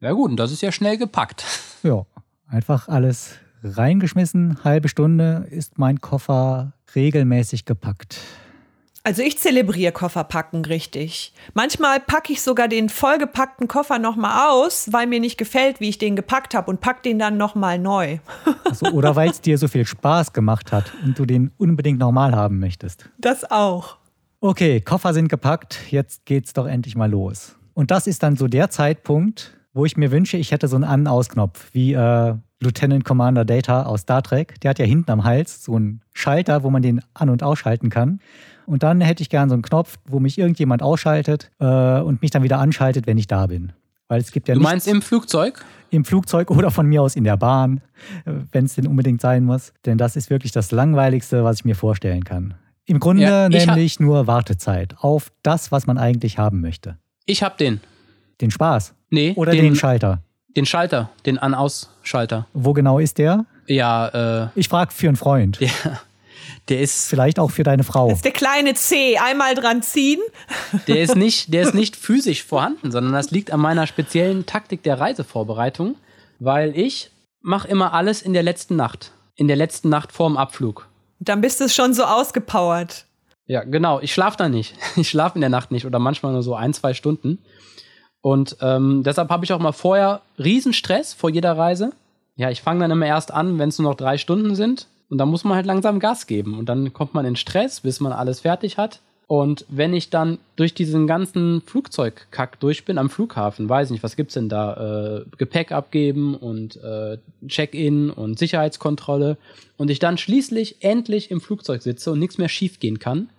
Speaker 1: Ja gut, und das ist ja schnell gepackt.
Speaker 3: Ja, einfach alles reingeschmissen, halbe Stunde ist mein Koffer regelmäßig gepackt.
Speaker 2: Also ich zelebriere Kofferpacken richtig. Manchmal packe ich sogar den vollgepackten Koffer nochmal aus, weil mir nicht gefällt, wie ich den gepackt habe und packe den dann nochmal neu.
Speaker 3: Also, oder weil es dir so viel Spaß gemacht hat und du den unbedingt normal haben möchtest.
Speaker 2: Das auch.
Speaker 3: Okay, Koffer sind gepackt, jetzt geht's doch endlich mal los. Und das ist dann so der Zeitpunkt, wo ich mir wünsche, ich hätte so einen An-Aus-Knopf, wie äh, Lieutenant Commander Data aus Star Trek. Der hat ja hinten am Hals so einen Schalter, wo man den an- und ausschalten kann. Und dann hätte ich gern so einen Knopf, wo mich irgendjemand ausschaltet äh, und mich dann wieder anschaltet, wenn ich da bin. Weil es gibt ja
Speaker 1: Du
Speaker 3: nichts
Speaker 1: meinst im Flugzeug?
Speaker 3: im Flugzeug oder von mir aus in der Bahn, wenn es denn unbedingt sein muss. Denn das ist wirklich das Langweiligste, was ich mir vorstellen kann. Im Grunde
Speaker 1: Ja, ich hab-
Speaker 3: nämlich nur Wartezeit auf das, was man eigentlich haben möchte.
Speaker 1: Ich hab den.
Speaker 3: Den Spaß
Speaker 1: Nee,
Speaker 3: oder den,
Speaker 1: den,
Speaker 3: Schalter.
Speaker 1: den Schalter, den An-Aus-Schalter.
Speaker 3: Wo genau ist der?
Speaker 1: Ja, äh,
Speaker 3: Ich frage für einen Freund,
Speaker 1: der ist,
Speaker 3: vielleicht auch für deine Frau.
Speaker 2: Ist der kleine C einmal dran ziehen?
Speaker 1: der ist nicht, der ist nicht physisch vorhanden, sondern das liegt an meiner speziellen Taktik der Reisevorbereitung, weil ich mache immer alles in der letzten Nacht, in der letzten Nacht vorm Abflug.
Speaker 2: Dann bist du schon so ausgepowert.
Speaker 1: Ja, genau. Ich schlafe da nicht. Ich schlafe in der Nacht nicht oder manchmal nur so ein, zwei Stunden. Und ähm, deshalb habe ich auch mal vorher Riesenstress vor jeder Reise. Ja, ich fange dann immer erst an, wenn es nur noch drei Stunden sind. Und dann muss man halt langsam Gas geben. Und dann kommt man in Stress, bis man alles fertig hat. Und wenn ich dann durch diesen ganzen Flugzeugkack durch bin am Flughafen, weiß nicht, was gibt's denn da? Äh, Gepäck abgeben und äh, Check-in und Sicherheitskontrolle. Und ich dann schließlich endlich im Flugzeug sitze und nichts mehr schief gehen kann,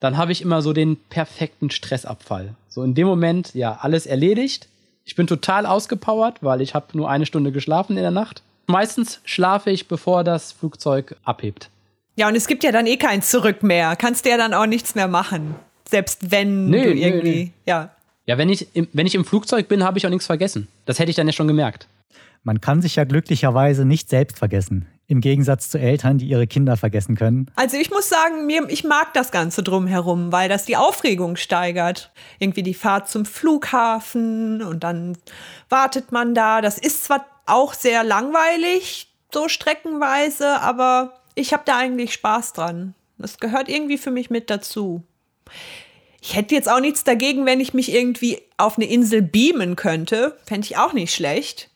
Speaker 1: dann habe ich immer so den perfekten Stressabfall. So in dem Moment, ja, alles erledigt. Ich bin total ausgepowert, weil ich habe nur eine Stunde geschlafen in der Nacht. Meistens schlafe ich, bevor das Flugzeug abhebt.
Speaker 2: Ja, und es gibt ja dann eh kein Zurück mehr. Kannst du ja dann auch nichts mehr machen. Selbst wenn
Speaker 1: Nee,
Speaker 2: du
Speaker 1: nee,
Speaker 2: irgendwie.
Speaker 1: nee.
Speaker 2: Ja.
Speaker 1: Ja, wenn ich im, wenn ich im Flugzeug bin, habe ich auch nichts vergessen. Das hätte ich dann ja schon gemerkt.
Speaker 3: Man kann sich ja glücklicherweise nicht selbst vergessen. Im Gegensatz zu Eltern, die ihre Kinder vergessen können.
Speaker 2: Also ich muss sagen, mir, ich mag das Ganze drumherum, weil das die Aufregung steigert. Irgendwie die Fahrt zum Flughafen und dann wartet man da. Das ist zwar auch sehr langweilig, so streckenweise, aber ich habe da eigentlich Spaß dran. Das gehört irgendwie für mich mit dazu. Ich hätte jetzt auch nichts dagegen, wenn ich mich irgendwie auf eine Insel beamen könnte. Fände ich auch nicht schlecht.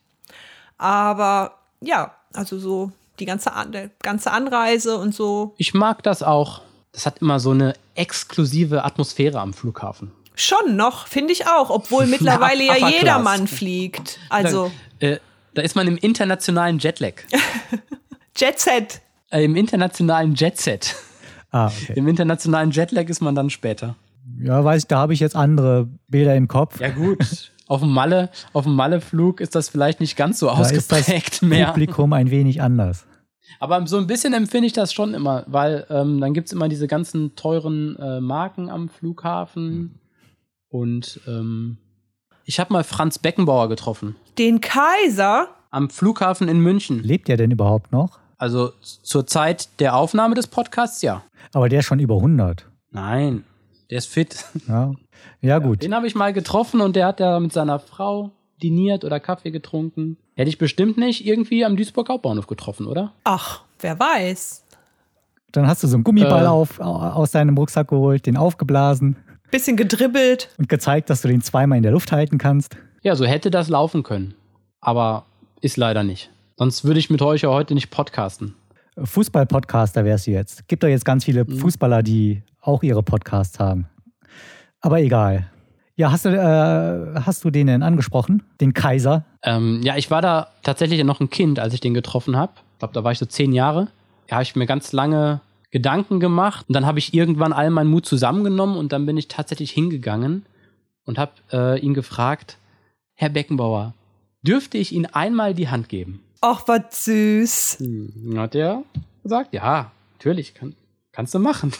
Speaker 2: Aber ja, also so die ganze, An der ganze Anreise und so.
Speaker 1: Ich mag das auch. Das hat immer so eine exklusive Atmosphäre am Flughafen.
Speaker 2: Schon noch, finde ich auch, obwohl mittlerweile ja
Speaker 1: upper class.
Speaker 2: jedermann fliegt. Also
Speaker 1: Da, äh, da ist man im internationalen Jetlag.
Speaker 2: Jet Set.
Speaker 1: äh, Im internationalen Jetset.
Speaker 3: Ah, okay.
Speaker 1: Im internationalen Jetlag ist man dann später.
Speaker 3: Ja, weiß ich, da habe ich jetzt andere Bilder im Kopf.
Speaker 1: Ja, gut. auf dem Malle, auf dem Malle-Flug ist das vielleicht nicht ganz so
Speaker 3: da ist das
Speaker 1: ausgeprägt mehr.
Speaker 3: Publikum ein wenig anders.
Speaker 1: Aber so ein bisschen empfinde ich das schon immer, weil ähm, dann gibt es immer diese ganzen teuren äh, Marken am
Speaker 3: Mhm.
Speaker 1: Flughafen. Und ähm, ich habe mal Franz Beckenbauer getroffen.
Speaker 2: Den Kaiser.
Speaker 1: Am Flughafen in München.
Speaker 3: Lebt der denn überhaupt noch?
Speaker 1: Also z- zur Zeit der Aufnahme des Podcasts, ja.
Speaker 3: Aber der ist schon über 100.
Speaker 1: Nein, der ist fit.
Speaker 3: Ja, ja gut.
Speaker 1: Den habe ich mal getroffen und der hat ja mit seiner Frau diniert oder Kaffee getrunken. Hätte ich bestimmt nicht irgendwie am Duisburg Hauptbahnhof getroffen, oder?
Speaker 2: Ach, wer weiß.
Speaker 3: Dann hast du so einen Gummiball
Speaker 1: Äh.
Speaker 3: auf, au- aus deinem Rucksack geholt, den aufgeblasen
Speaker 2: Bisschen gedribbelt.
Speaker 3: und gezeigt, dass du den zweimal in der Luft halten kannst.
Speaker 1: Ja, so hätte das laufen können. Aber ist leider nicht. Sonst würde ich mit euch ja heute nicht podcasten.
Speaker 3: Fußball-Podcaster wärst du jetzt. Gibt doch jetzt ganz viele Fußballer, die auch ihre Podcasts haben. Aber egal. Ja, hast du, äh, hast du den denn angesprochen? Den Kaiser?
Speaker 1: Ähm, ja, ich war da tatsächlich noch ein Kind, als ich den getroffen habe. Ich glaube, da war ich so zehn Jahre. Da habe ich mir ganz lange Gedanken gemacht. Und dann habe ich irgendwann all meinen Mut zusammengenommen und dann bin ich tatsächlich hingegangen und habe äh, ihn gefragt, Herr Beckenbauer, dürfte ich Ihnen einmal die Hand geben?
Speaker 2: Ach, was süß.
Speaker 1: Hm, Hat er gesagt, ja, natürlich, kann, kannst du machen.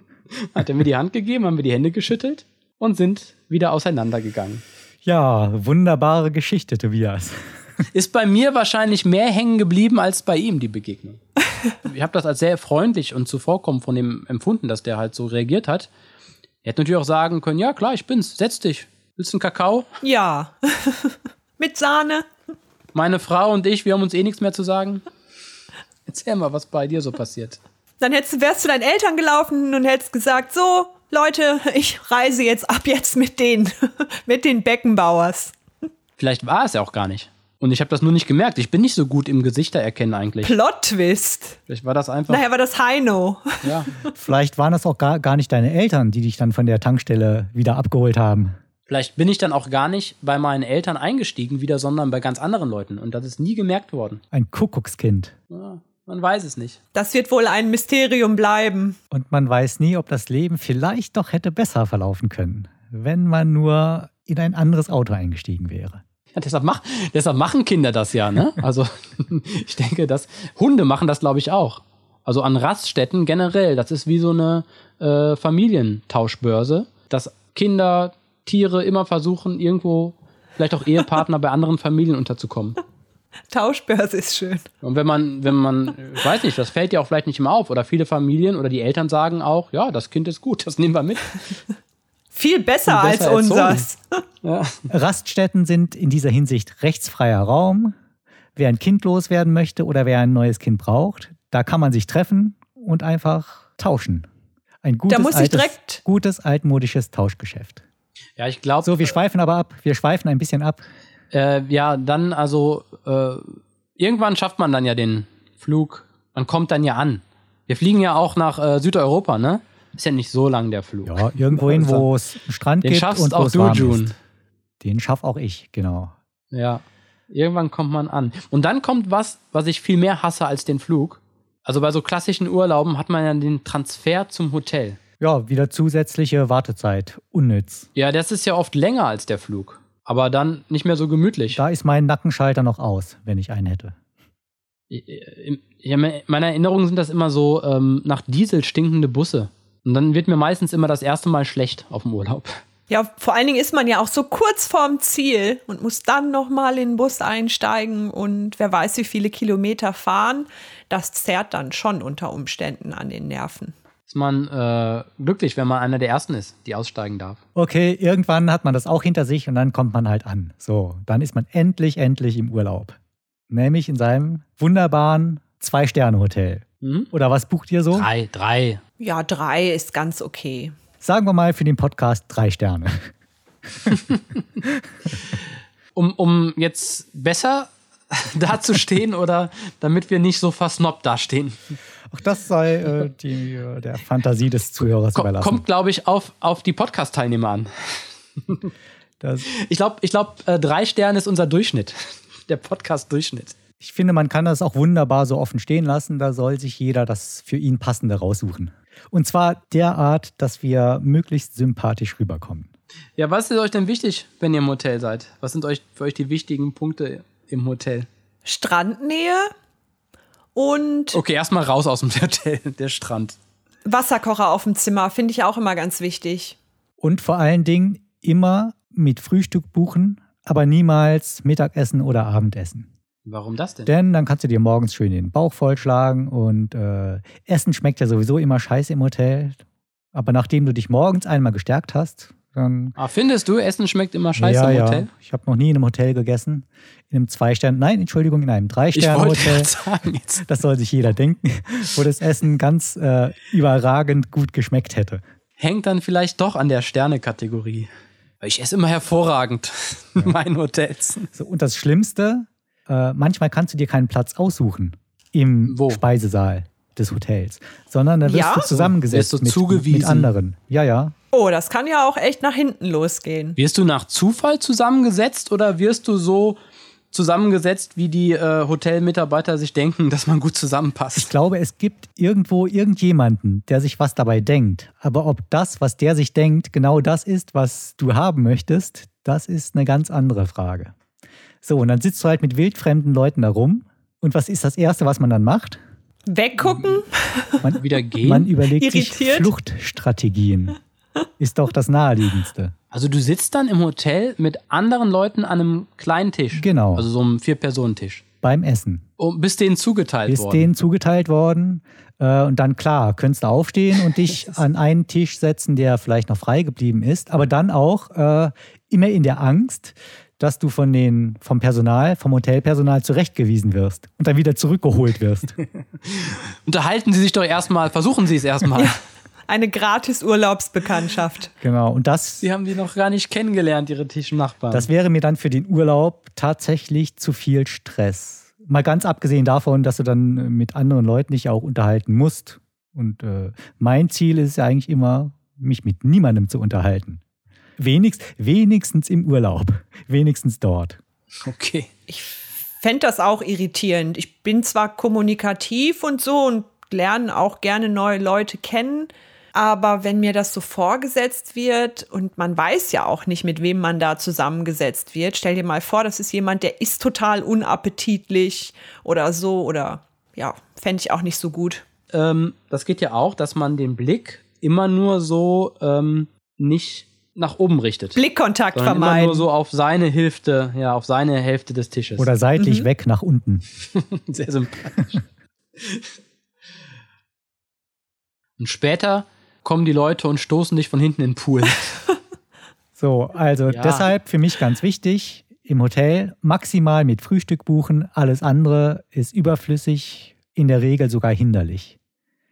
Speaker 1: hat er mir die Hand gegeben, haben wir die Hände geschüttelt und sind wieder auseinandergegangen.
Speaker 3: Ja, wunderbare Geschichte, Tobias.
Speaker 1: Ist bei mir wahrscheinlich mehr hängen geblieben als bei ihm, die Begegnung. Ich habe das als sehr freundlich und zuvorkommend von ihm empfunden, dass der halt so reagiert hat. Er hätte natürlich auch sagen können, ja klar, ich bin's, setz dich. Willst du einen Kakao?
Speaker 2: Ja. Mit Sahne.
Speaker 1: Meine Frau und ich, wir haben uns eh nichts mehr zu sagen. Erzähl mal, was bei dir so passiert.
Speaker 2: Dann hättest, wärst du zu deinen Eltern gelaufen und hättest gesagt, so, Leute, ich reise jetzt ab jetzt mit denen, mit den Beckenbauers.
Speaker 1: Vielleicht war es ja auch gar nicht. Und ich habe das nur nicht gemerkt. Ich bin nicht so gut im Gesichter erkennen eigentlich.
Speaker 2: Plot-Twist.
Speaker 1: Vielleicht war das einfach.
Speaker 2: Nachher war das Heino.
Speaker 1: Ja.
Speaker 3: Vielleicht waren das auch gar, gar nicht deine Eltern, die dich dann von der Tankstelle wieder abgeholt haben.
Speaker 1: Vielleicht bin ich dann auch gar nicht bei meinen Eltern eingestiegen wieder, sondern bei ganz anderen Leuten. Und das ist nie gemerkt worden.
Speaker 3: Ein Kuckuckskind.
Speaker 1: Ja, man weiß es nicht.
Speaker 2: Das wird wohl ein Mysterium bleiben.
Speaker 3: Und man weiß nie, ob das Leben vielleicht doch hätte besser verlaufen können, wenn man nur in ein anderes Auto eingestiegen wäre.
Speaker 1: Ja, deshalb, mach, deshalb machen Kinder das ja, ne? Also ich denke, dass Hunde machen das, glaube ich, auch. Also an Raststätten generell. Das ist wie so eine äh, Familientauschbörse, dass Kinder, Tiere immer versuchen, irgendwo vielleicht auch Ehepartner bei anderen Familien unterzukommen.
Speaker 2: Tauschbörse ist schön.
Speaker 1: Und wenn man, wenn man, ich weiß nicht, das fällt ja auch vielleicht nicht immer auf. Oder viele Familien oder die Eltern sagen auch, ja, das Kind ist gut, das nehmen wir mit. Viel
Speaker 2: Viel besser,
Speaker 1: besser
Speaker 2: als
Speaker 1: erzogen.
Speaker 2: unseres.
Speaker 1: Ja.
Speaker 3: Raststätten sind in dieser Hinsicht rechtsfreier Raum. Wer ein Kind loswerden möchte oder wer ein neues Kind braucht, da kann man sich treffen und einfach tauschen. Ein gutes,
Speaker 2: muss ich
Speaker 3: altes,
Speaker 2: direkt-
Speaker 3: gutes altmodisches Tauschgeschäft.
Speaker 1: Ja, ich glaube,
Speaker 3: So, wir schweifen aber ab. Wir schweifen ein bisschen ab.
Speaker 1: äh, ja, dann also äh, irgendwann schafft man dann ja den Flug. Man kommt dann ja an. Wir fliegen ja auch nach äh, Südeuropa, ne? Ist ja nicht so lang der Flug.
Speaker 3: Ja, irgendwohin,
Speaker 1: Also,
Speaker 3: wo es einen Strand
Speaker 1: Den
Speaker 3: gibt
Speaker 1: schaffst
Speaker 3: und wo
Speaker 1: auch
Speaker 3: es
Speaker 1: du,
Speaker 3: warm
Speaker 1: June.
Speaker 3: ist. Den schaff auch ich, genau.
Speaker 1: Ja. Irgendwann kommt man an. Und dann kommt was, was ich viel mehr hasse als den Flug. Also bei so klassischen Urlauben hat man ja den Transfer zum Hotel.
Speaker 3: Ja, wieder zusätzliche Wartezeit. Unnütz.
Speaker 1: Ja, das ist ja oft länger als der Flug. Aber dann nicht mehr so gemütlich.
Speaker 3: Da ist mein Nackenschalter noch aus, wenn ich einen hätte.
Speaker 1: In in meiner Erinnerung sind das immer so ähm, nach Diesel stinkende Busse. Und dann wird mir meistens immer das erste Mal schlecht auf dem Urlaub.
Speaker 2: Ja, vor allen Dingen ist man ja auch so kurz vorm Ziel und muss dann nochmal in den Bus einsteigen und wer weiß, wie viele Kilometer fahren. Das zerrt dann schon unter Umständen an den Nerven.
Speaker 1: Ist man äh, glücklich, wenn man einer der Ersten ist, die aussteigen darf.
Speaker 3: Okay, irgendwann hat man das auch hinter sich und dann kommt man halt an. So, dann ist man endlich, endlich im Urlaub. Nämlich in seinem wunderbaren Zwei-Sterne-Hotel.
Speaker 1: Mhm.
Speaker 3: Oder was bucht ihr so?
Speaker 1: Drei, drei.
Speaker 2: Ja, drei ist ganz okay.
Speaker 3: Sagen wir mal für den Podcast drei Sterne.
Speaker 1: um, um jetzt besser dazustehen oder damit wir nicht so versnobbt dastehen.
Speaker 3: Auch das sei äh, die, äh, der Fantasie des Zuhörers
Speaker 1: Ko-
Speaker 3: überlassen.
Speaker 1: kommt, glaube ich, auf, auf die Podcast-Teilnehmer an.
Speaker 3: Das,
Speaker 1: Ich glaube, ich glaub, äh, drei Sterne ist unser Durchschnitt. Der Podcast-Durchschnitt.
Speaker 3: ich finde, man kann das auch wunderbar so offen stehen lassen. Da soll sich jeder das für ihn passende raussuchen. Und zwar derart, dass wir möglichst sympathisch rüberkommen.
Speaker 1: Ja, was ist euch denn wichtig, wenn ihr im Hotel seid? Was sind euch für euch die wichtigen Punkte im Hotel?
Speaker 2: Strandnähe und
Speaker 1: Okay, erstmal raus aus dem Hotel, der Strand.
Speaker 2: Wasserkocher auf dem Zimmer finde ich auch immer ganz wichtig.
Speaker 3: Und vor allen Dingen immer mit Frühstück buchen, aber niemals Mittagessen oder Abendessen.
Speaker 1: Warum das denn?
Speaker 3: Denn dann kannst du dir morgens schön den Bauch vollschlagen und äh, Essen schmeckt ja sowieso immer scheiße im Hotel. Aber nachdem du dich morgens einmal gestärkt hast, dann.
Speaker 1: ah, findest du, Essen schmeckt immer scheiße
Speaker 3: ja,
Speaker 1: im Hotel?
Speaker 3: Ja. Ich habe noch nie in einem Hotel gegessen. In einem Zwei-Stern, nein, Entschuldigung, in einem
Speaker 1: Ich wollte
Speaker 3: Drei-Stern-Hotel.
Speaker 1: gerade sagen, jetzt.
Speaker 3: Das soll sich jeder denken, wo das Essen ganz äh, überragend gut geschmeckt hätte.
Speaker 1: hängt dann vielleicht doch an der Sterne-Kategorie. Ich esse immer hervorragend in meinen Hotels.
Speaker 3: So, und das Schlimmste, äh, manchmal kannst du dir keinen Platz aussuchen im
Speaker 1: Wo?
Speaker 3: Speisesaal des Hotels, sondern da wirst
Speaker 2: Ja?
Speaker 3: du zusammengesetzt
Speaker 1: Wirst du
Speaker 3: mit,
Speaker 1: zugewiesen?
Speaker 3: mit anderen. Ja, ja.
Speaker 2: Oh, das kann ja auch echt nach hinten losgehen.
Speaker 1: Wirst du nach Zufall zusammengesetzt oder wirst du so zusammengesetzt, wie die äh, Hotelmitarbeiter sich denken, dass man gut
Speaker 3: Ich
Speaker 1: zusammenpasst?
Speaker 3: glaube, es gibt irgendwo irgendjemanden, der sich was dabei denkt. Aber ob das, was der sich denkt, genau das ist, was du haben möchtest, das ist eine ganz andere Frage. So, und dann sitzt du halt mit wildfremden Leuten da rum. Und was ist das Erste, was man dann macht?
Speaker 2: Weggucken?
Speaker 3: Man,
Speaker 1: Wieder gehen?
Speaker 3: Man überlegt sich
Speaker 2: Irritiert?
Speaker 3: Fluchtstrategien. Ist doch das Naheliegendste.
Speaker 1: also du sitzt dann im Hotel mit anderen Leuten an einem kleinen Tisch.
Speaker 3: Genau.
Speaker 1: Also so einem Vier-Personen-Tisch.
Speaker 3: Beim Essen.
Speaker 1: Und bist denen zugeteilt
Speaker 3: Ist
Speaker 1: worden.
Speaker 3: denen zugeteilt worden. Äh, und dann, klar, könntest du aufstehen und dich an einen Tisch setzen, der vielleicht noch frei geblieben ist. Aber dann auch äh, immer in der Angst, dass du von den, vom Personal, vom Hotelpersonal zurechtgewiesen wirst und dann wieder zurückgeholt wirst.
Speaker 1: Unterhalten Sie sich doch erstmal, versuchen Sie es erstmal.
Speaker 2: Eine gratis Urlaubsbekanntschaft.
Speaker 3: genau. Und das,
Speaker 1: Sie haben die noch gar nicht kennengelernt, Ihre Tischnachbarn.
Speaker 3: das wäre mir dann für den Urlaub tatsächlich zu viel Stress. Mal ganz abgesehen davon, dass du dann äh, mit anderen Leuten dich auch unterhalten musst. Und äh, mein Ziel ist ja eigentlich immer, mich mit niemandem zu unterhalten. Wenigst, wenigstens im Urlaub. Wenigstens dort.
Speaker 1: okay.
Speaker 2: Fänd das auch irritierend. Ich bin zwar kommunikativ und so und lerne auch gerne neue Leute kennen, aber wenn mir das so vorgesetzt wird und man weiß ja auch nicht, mit wem man da zusammengesetzt wird, stell dir mal vor, das ist jemand, der ist total unappetitlich oder so oder ja, fände ich auch nicht so gut.
Speaker 1: ähm, das geht ja auch, dass man den Blick immer nur so ähm, nicht nach oben richtet.
Speaker 2: Blickkontakt
Speaker 1: sondern immer
Speaker 2: vermeiden.
Speaker 1: nur so auf seine Hälfte, ja, auf seine Hälfte des Tisches.
Speaker 3: Oder seitlich weg nach unten.
Speaker 1: Sehr sympathisch. und später kommen die Leute und stoßen dich von hinten in den Pool.
Speaker 3: So, also
Speaker 1: Ja.
Speaker 3: deshalb für mich ganz wichtig, im Hotel maximal mit Frühstück buchen, alles andere ist überflüssig, in der Regel sogar hinderlich.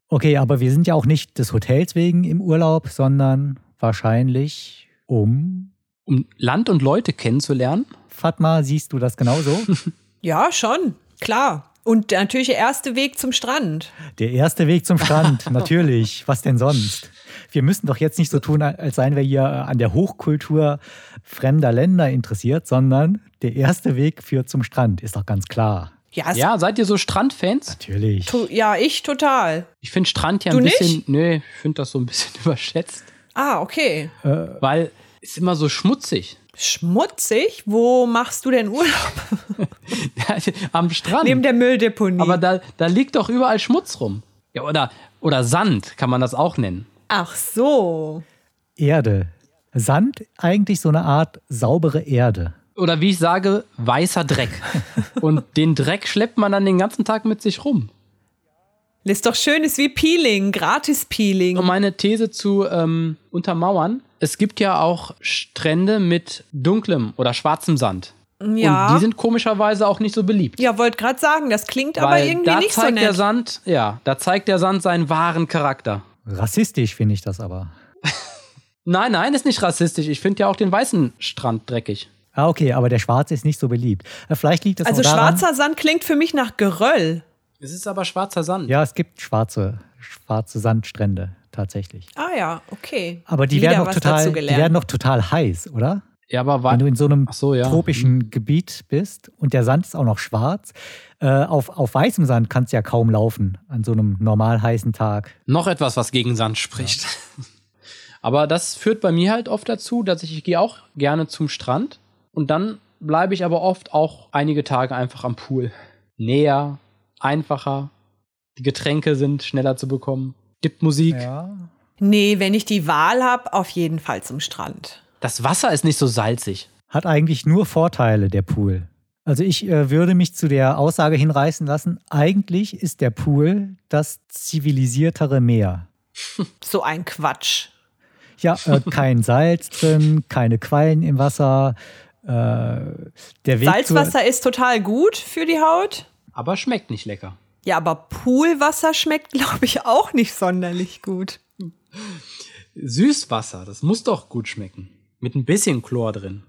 Speaker 3: Okay, aber wir sind ja auch nicht des Hotels wegen im Urlaub, sondern wahrscheinlich um.
Speaker 1: Um Land und Leute kennenzulernen.
Speaker 3: Fatma, siehst du das genauso?
Speaker 2: ja, schon, klar. Und der natürliche erste Weg zum Strand.
Speaker 3: der erste Weg zum Strand, natürlich. Was denn sonst? Wir müssen doch jetzt nicht so tun, als seien wir hier äh, an der Hochkultur fremder Länder interessiert, sondern der erste Weg führt zum Strand, ist doch ganz klar.
Speaker 2: Ja, es-
Speaker 1: Ja, seid ihr so Strandfans?
Speaker 3: Natürlich.
Speaker 2: to- ja ich total.
Speaker 1: Ich finde Strand ja
Speaker 2: Du
Speaker 1: ein
Speaker 2: nicht?
Speaker 1: bisschen. Nee, ich finde das so ein bisschen überschätzt.
Speaker 2: Ah, okay.
Speaker 1: Weil es immer so schmutzig.
Speaker 2: Schmutzig? Wo machst du denn Urlaub?
Speaker 1: Am Strand.
Speaker 2: Neben der Mülldeponie.
Speaker 1: Aber da, da liegt doch überall Schmutz rum. Ja, oder, oder Sand kann man das auch nennen.
Speaker 2: Ach so.
Speaker 3: Erde. Sand eigentlich so eine Art saubere Erde.
Speaker 1: Oder wie ich sage, weißer Dreck. Und den Dreck schleppt man dann den ganzen Tag mit sich rum.
Speaker 2: Ist doch schön, ist wie Peeling, gratis
Speaker 1: Um
Speaker 2: Peeling.
Speaker 1: meine These zu ähm, untermauern, es gibt ja auch Strände mit dunklem oder schwarzem Sand. Und
Speaker 2: Ja,
Speaker 1: die sind komischerweise auch nicht so beliebt.
Speaker 2: ja wollte gerade sagen, das klingt aber
Speaker 1: weil
Speaker 2: irgendwie
Speaker 1: da
Speaker 2: nicht so
Speaker 1: zeigt der
Speaker 2: nett.
Speaker 1: Sand, ja, da zeigt der Sand seinen wahren Charakter.
Speaker 3: Rassistisch finde ich das aber.
Speaker 1: Nein, nein, ist nicht rassistisch. Ich finde ja auch den weißen Strand dreckig.
Speaker 3: Ah, okay, aber der Schwarze ist nicht so beliebt. Äh, Vielleicht liegt das
Speaker 2: also
Speaker 3: auch daran,
Speaker 2: schwarzer Sand klingt für mich nach Geröll.
Speaker 1: Es ist aber schwarzer Sand.
Speaker 3: Ja, es gibt schwarze, schwarze Sandstrände tatsächlich.
Speaker 2: Ah ja, okay.
Speaker 3: Aber die
Speaker 2: Wieder
Speaker 3: werden, doch
Speaker 2: was
Speaker 3: total,
Speaker 2: dazu
Speaker 3: die
Speaker 2: gelernt.
Speaker 3: werden doch total heiß, oder?
Speaker 1: Ja, aber wa-
Speaker 3: Wenn du in so einem
Speaker 1: Ach so, ja. Mhm.
Speaker 3: tropischen Gebiet bist und der Sand ist auch noch schwarz. Äh, auf, auf weißem Sand kannst du ja kaum laufen an so einem normal heißen Tag.
Speaker 1: Noch etwas, was gegen Sand spricht. Aber das führt bei mir halt oft dazu, dass ich, ich gehe auch gerne zum Strand und dann bleibe ich aber oft auch einige Tage einfach am Pool. Näher, einfacher, die Getränke sind schneller zu bekommen, gibt Musik.
Speaker 3: Ja.
Speaker 2: nee, wenn ich die Wahl habe, auf jeden Fall zum Strand.
Speaker 1: Das Wasser ist nicht so salzig.
Speaker 3: hat eigentlich nur Vorteile, der Pool. Also ich äh, würde mich zu der Aussage hinreißen lassen, eigentlich ist der Pool das zivilisiertere Meer.
Speaker 2: So ein Quatsch.
Speaker 3: Ja, äh, kein Salz drin, keine Quallen im Wasser. Äh, der Weg
Speaker 2: Salzwasser ist total gut für die Haut.
Speaker 1: Aber schmeckt nicht lecker.
Speaker 2: Ja, aber Poolwasser schmeckt, glaube ich, auch nicht sonderlich gut.
Speaker 1: Süßwasser, das muss doch gut schmecken. Mit ein bisschen Chlor drin.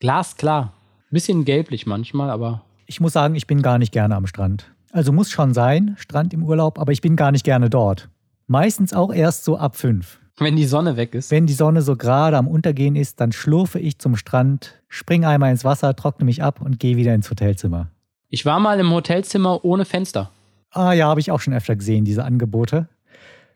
Speaker 1: Glasklar. Bisschen gelblich manchmal, aber
Speaker 3: Zu, ich muss sagen, ich bin gar nicht gerne am Strand. Also muss schon sein, Strand im Urlaub, aber ich bin gar nicht gerne dort. Meistens auch erst so ab fünf.
Speaker 1: wenn die Sonne weg ist.
Speaker 3: Wenn die Sonne so gerade am Untergehen ist, dann schlurfe ich zum Strand, springe einmal ins Wasser, trockne mich ab und gehe wieder ins Hotelzimmer.
Speaker 1: Ich war mal im Hotelzimmer ohne Fenster.
Speaker 3: Ah ja, habe ich auch schon öfter gesehen, diese Angebote.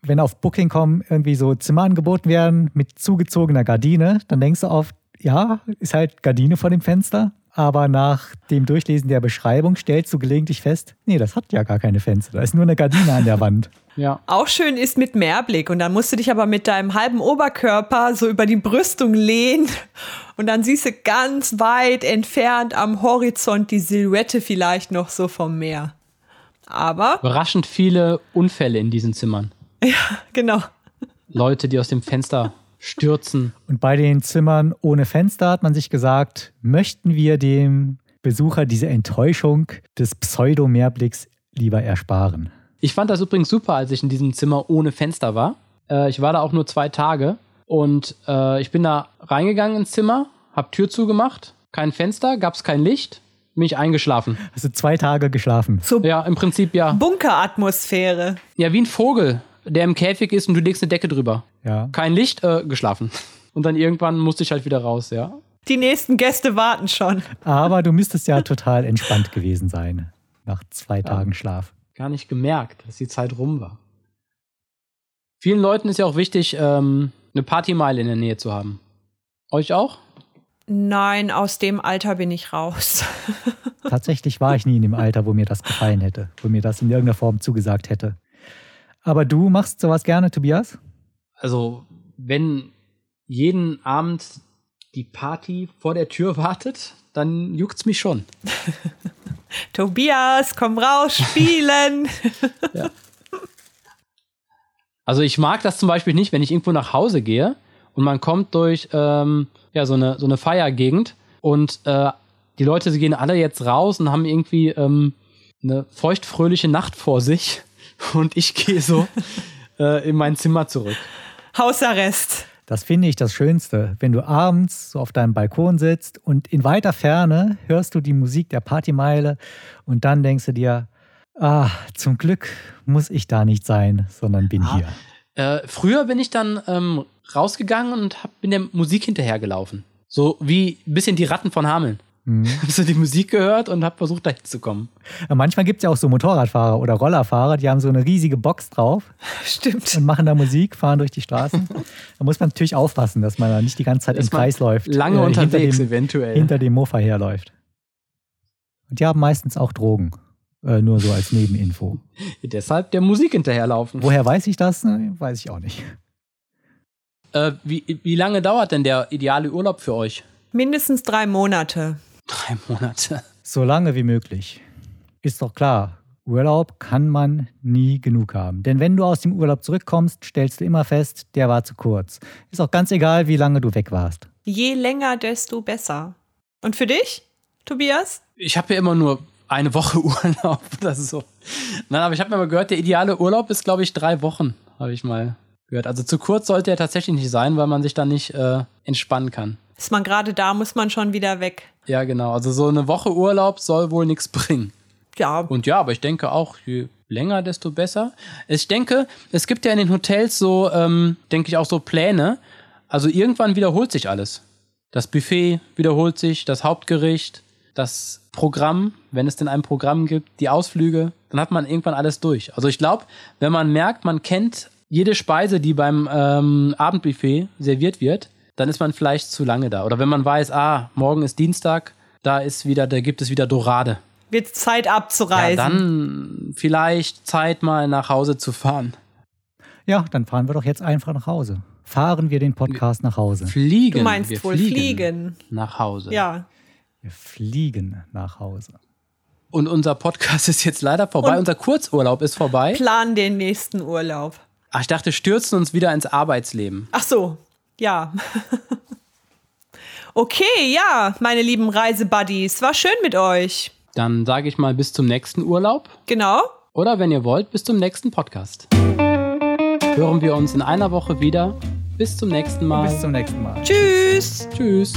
Speaker 3: Wenn auf Booking.com irgendwie so Zimmer angeboten werden mit zugezogener Gardine, dann denkst du oft, ja, ist halt Gardine vor dem Fenster. Aber nach dem Durchlesen der Beschreibung stellst du gelegentlich fest, nee, das hat ja gar keine Fenster, da ist nur eine Gardine an der Wand.
Speaker 1: Ja.
Speaker 2: Auch schön ist mit Mehrblick und dann musst du dich aber mit deinem halben Oberkörper so über die Brüstung lehnen und dann siehst du ganz weit entfernt am Horizont die Silhouette vielleicht noch so vom Meer. Aber
Speaker 1: Überraschend viele Unfälle in diesen Zimmern.
Speaker 2: genau,
Speaker 1: Leute, die aus dem Fenster stürzen.
Speaker 3: Und bei den Zimmern ohne Fenster hat man sich gesagt, möchten wir dem Besucher diese Enttäuschung des Pseudo-Mehrblicks lieber ersparen.
Speaker 1: Ich fand das übrigens super, als ich in diesem Zimmer ohne Fenster war. Äh, ich war da auch nur zwei Tage und äh, ich bin da reingegangen ins Zimmer, hab Tür zugemacht, kein Fenster, gab's kein Licht, bin ich eingeschlafen.
Speaker 3: Hast du zwei Tage geschlafen?
Speaker 2: So
Speaker 1: Ja, im Prinzip ja.
Speaker 2: Bunkeratmosphäre.
Speaker 1: Ja, wie ein Vogel, der im Käfig ist und du legst eine Decke drüber.
Speaker 3: Ja.
Speaker 1: Kein Licht, äh, geschlafen. Und dann irgendwann musste ich halt wieder raus, ja.
Speaker 2: Die nächsten Gäste warten schon.
Speaker 3: Aber du müsstest ja total entspannt gewesen sein nach zwei Tagen Schlaf.
Speaker 1: Gar nicht gemerkt, dass die Zeit rum war. Vielen Leuten ist ja auch wichtig, ähm, eine Partymeile in der Nähe zu haben. Euch auch?
Speaker 2: Nein, aus dem Alter bin ich raus.
Speaker 3: Tatsächlich war ich nie in dem Alter, wo mir das gefallen hätte, wo mir das in irgendeiner Form zugesagt hätte. Aber du machst sowas gerne, Tobias?
Speaker 1: Also, wenn jeden Abend die Party vor der Tür wartet, dann juckt's mich schon.
Speaker 2: Tobias, komm raus, spielen.
Speaker 1: Also ich mag das zum Beispiel nicht, wenn ich irgendwo nach Hause gehe und man kommt durch ähm, ja, so, eine, so eine Feiergegend und äh, die Leute sie gehen alle jetzt raus und haben irgendwie ähm, eine feuchtfröhliche Nacht vor sich und ich gehe so äh, in mein Zimmer zurück.
Speaker 2: Hausarrest.
Speaker 3: Das finde ich das Schönste, wenn du abends so auf deinem Balkon sitzt und in weiter Ferne hörst du die Musik der Partymeile und dann denkst du dir, ah, zum Glück muss ich da nicht sein, sondern bin hier.
Speaker 1: Äh, früher bin ich dann ähm, rausgegangen und hab, bin der Musik hinterhergelaufen. So wie ein bisschen die Ratten von Hameln.
Speaker 3: Mhm.
Speaker 1: Hab so die Musik gehört und hab versucht, dahin zu kommen.
Speaker 3: Äh, Manchmal gibt es ja auch so Motorradfahrer oder Rollerfahrer, die haben so eine riesige Box drauf
Speaker 2: Stimmt.
Speaker 3: und machen da Musik, fahren durch die Straßen. Da muss man natürlich aufpassen, dass man da nicht die ganze Zeit
Speaker 1: Dass
Speaker 3: im
Speaker 1: man
Speaker 3: Kreis läuft.
Speaker 1: Lange
Speaker 3: äh,
Speaker 1: unterwegs,
Speaker 3: hinter dem,
Speaker 1: eventuell.
Speaker 3: hinter dem Mofa herläuft. Und die haben meistens auch Drogen. Äh, nur so als Nebeninfo.
Speaker 1: Deshalb der Musik hinterherlaufen.
Speaker 3: Woher weiß ich das? Ne, Weiß ich auch nicht.
Speaker 1: Äh, wie, wie lange dauert denn der ideale Urlaub für euch?
Speaker 2: Mindestens drei Monate.
Speaker 1: Drei Monate.
Speaker 3: So lange wie möglich. Ist doch klar, Urlaub kann man nie genug haben. Denn wenn du aus dem Urlaub zurückkommst, stellst du immer fest, der war zu kurz. Ist auch ganz egal, wie lange du weg warst.
Speaker 2: Je länger, desto besser. Und für dich, Tobias?
Speaker 1: Ich habe ja immer nur eine Woche Urlaub oder so. Nein, aber ich habe mir mal gehört, der ideale Urlaub ist, glaube ich, drei Wochen, habe ich mal gehört. Also zu kurz sollte er tatsächlich nicht sein, weil man sich dann nicht äh, entspannen kann.
Speaker 2: Ist man gerade da, muss man schon wieder weg.
Speaker 1: Ja, genau. Also so eine Woche Urlaub soll wohl nichts bringen.
Speaker 2: Ja,
Speaker 1: Und ja, aber ich denke auch, je länger, desto besser. Ich denke, es gibt ja in den Hotels so, ähm, denke ich, auch so Pläne. Also irgendwann wiederholt sich alles. Das Buffet wiederholt sich, das Hauptgericht, das Programm, wenn es denn ein Programm gibt, die Ausflüge, dann hat man irgendwann alles durch. Also ich glaube, wenn man merkt, man kennt jede Speise, die beim ähm, Abendbuffet serviert wird, dann ist man vielleicht zu lange da. Oder wenn man weiß, ah, morgen ist Dienstag, da ist wieder, da gibt es wieder Dorade.
Speaker 2: wird Zeit abzureisen.
Speaker 1: Ja, dann vielleicht Zeit mal nach Hause zu fahren.
Speaker 3: Ja, dann fahren wir doch jetzt einfach nach Hause. Fahren wir den Podcast nach Hause.
Speaker 1: Fliegen.
Speaker 2: du meinst
Speaker 1: Wir
Speaker 2: wohl fliegen.
Speaker 1: Nach Hause.
Speaker 2: Ja.
Speaker 3: Wir fliegen nach Hause.
Speaker 1: Und unser Podcast ist jetzt leider vorbei.
Speaker 2: Und-
Speaker 1: unser Kurzurlaub ist vorbei.
Speaker 2: Plan den nächsten Urlaub.
Speaker 1: Ach, ich dachte, stürzen uns wieder ins Arbeitsleben.
Speaker 2: Ach so, ja. okay, ja, meine lieben Reisebuddies. War schön mit euch.
Speaker 1: Dann sage ich mal bis zum nächsten Urlaub.
Speaker 2: Genau.
Speaker 1: Oder wenn ihr wollt, bis zum nächsten Podcast. Hören wir uns in einer Woche wieder. Bis zum nächsten Mal.
Speaker 3: Bis zum nächsten Mal.
Speaker 2: Tschüss.
Speaker 1: Tschüss.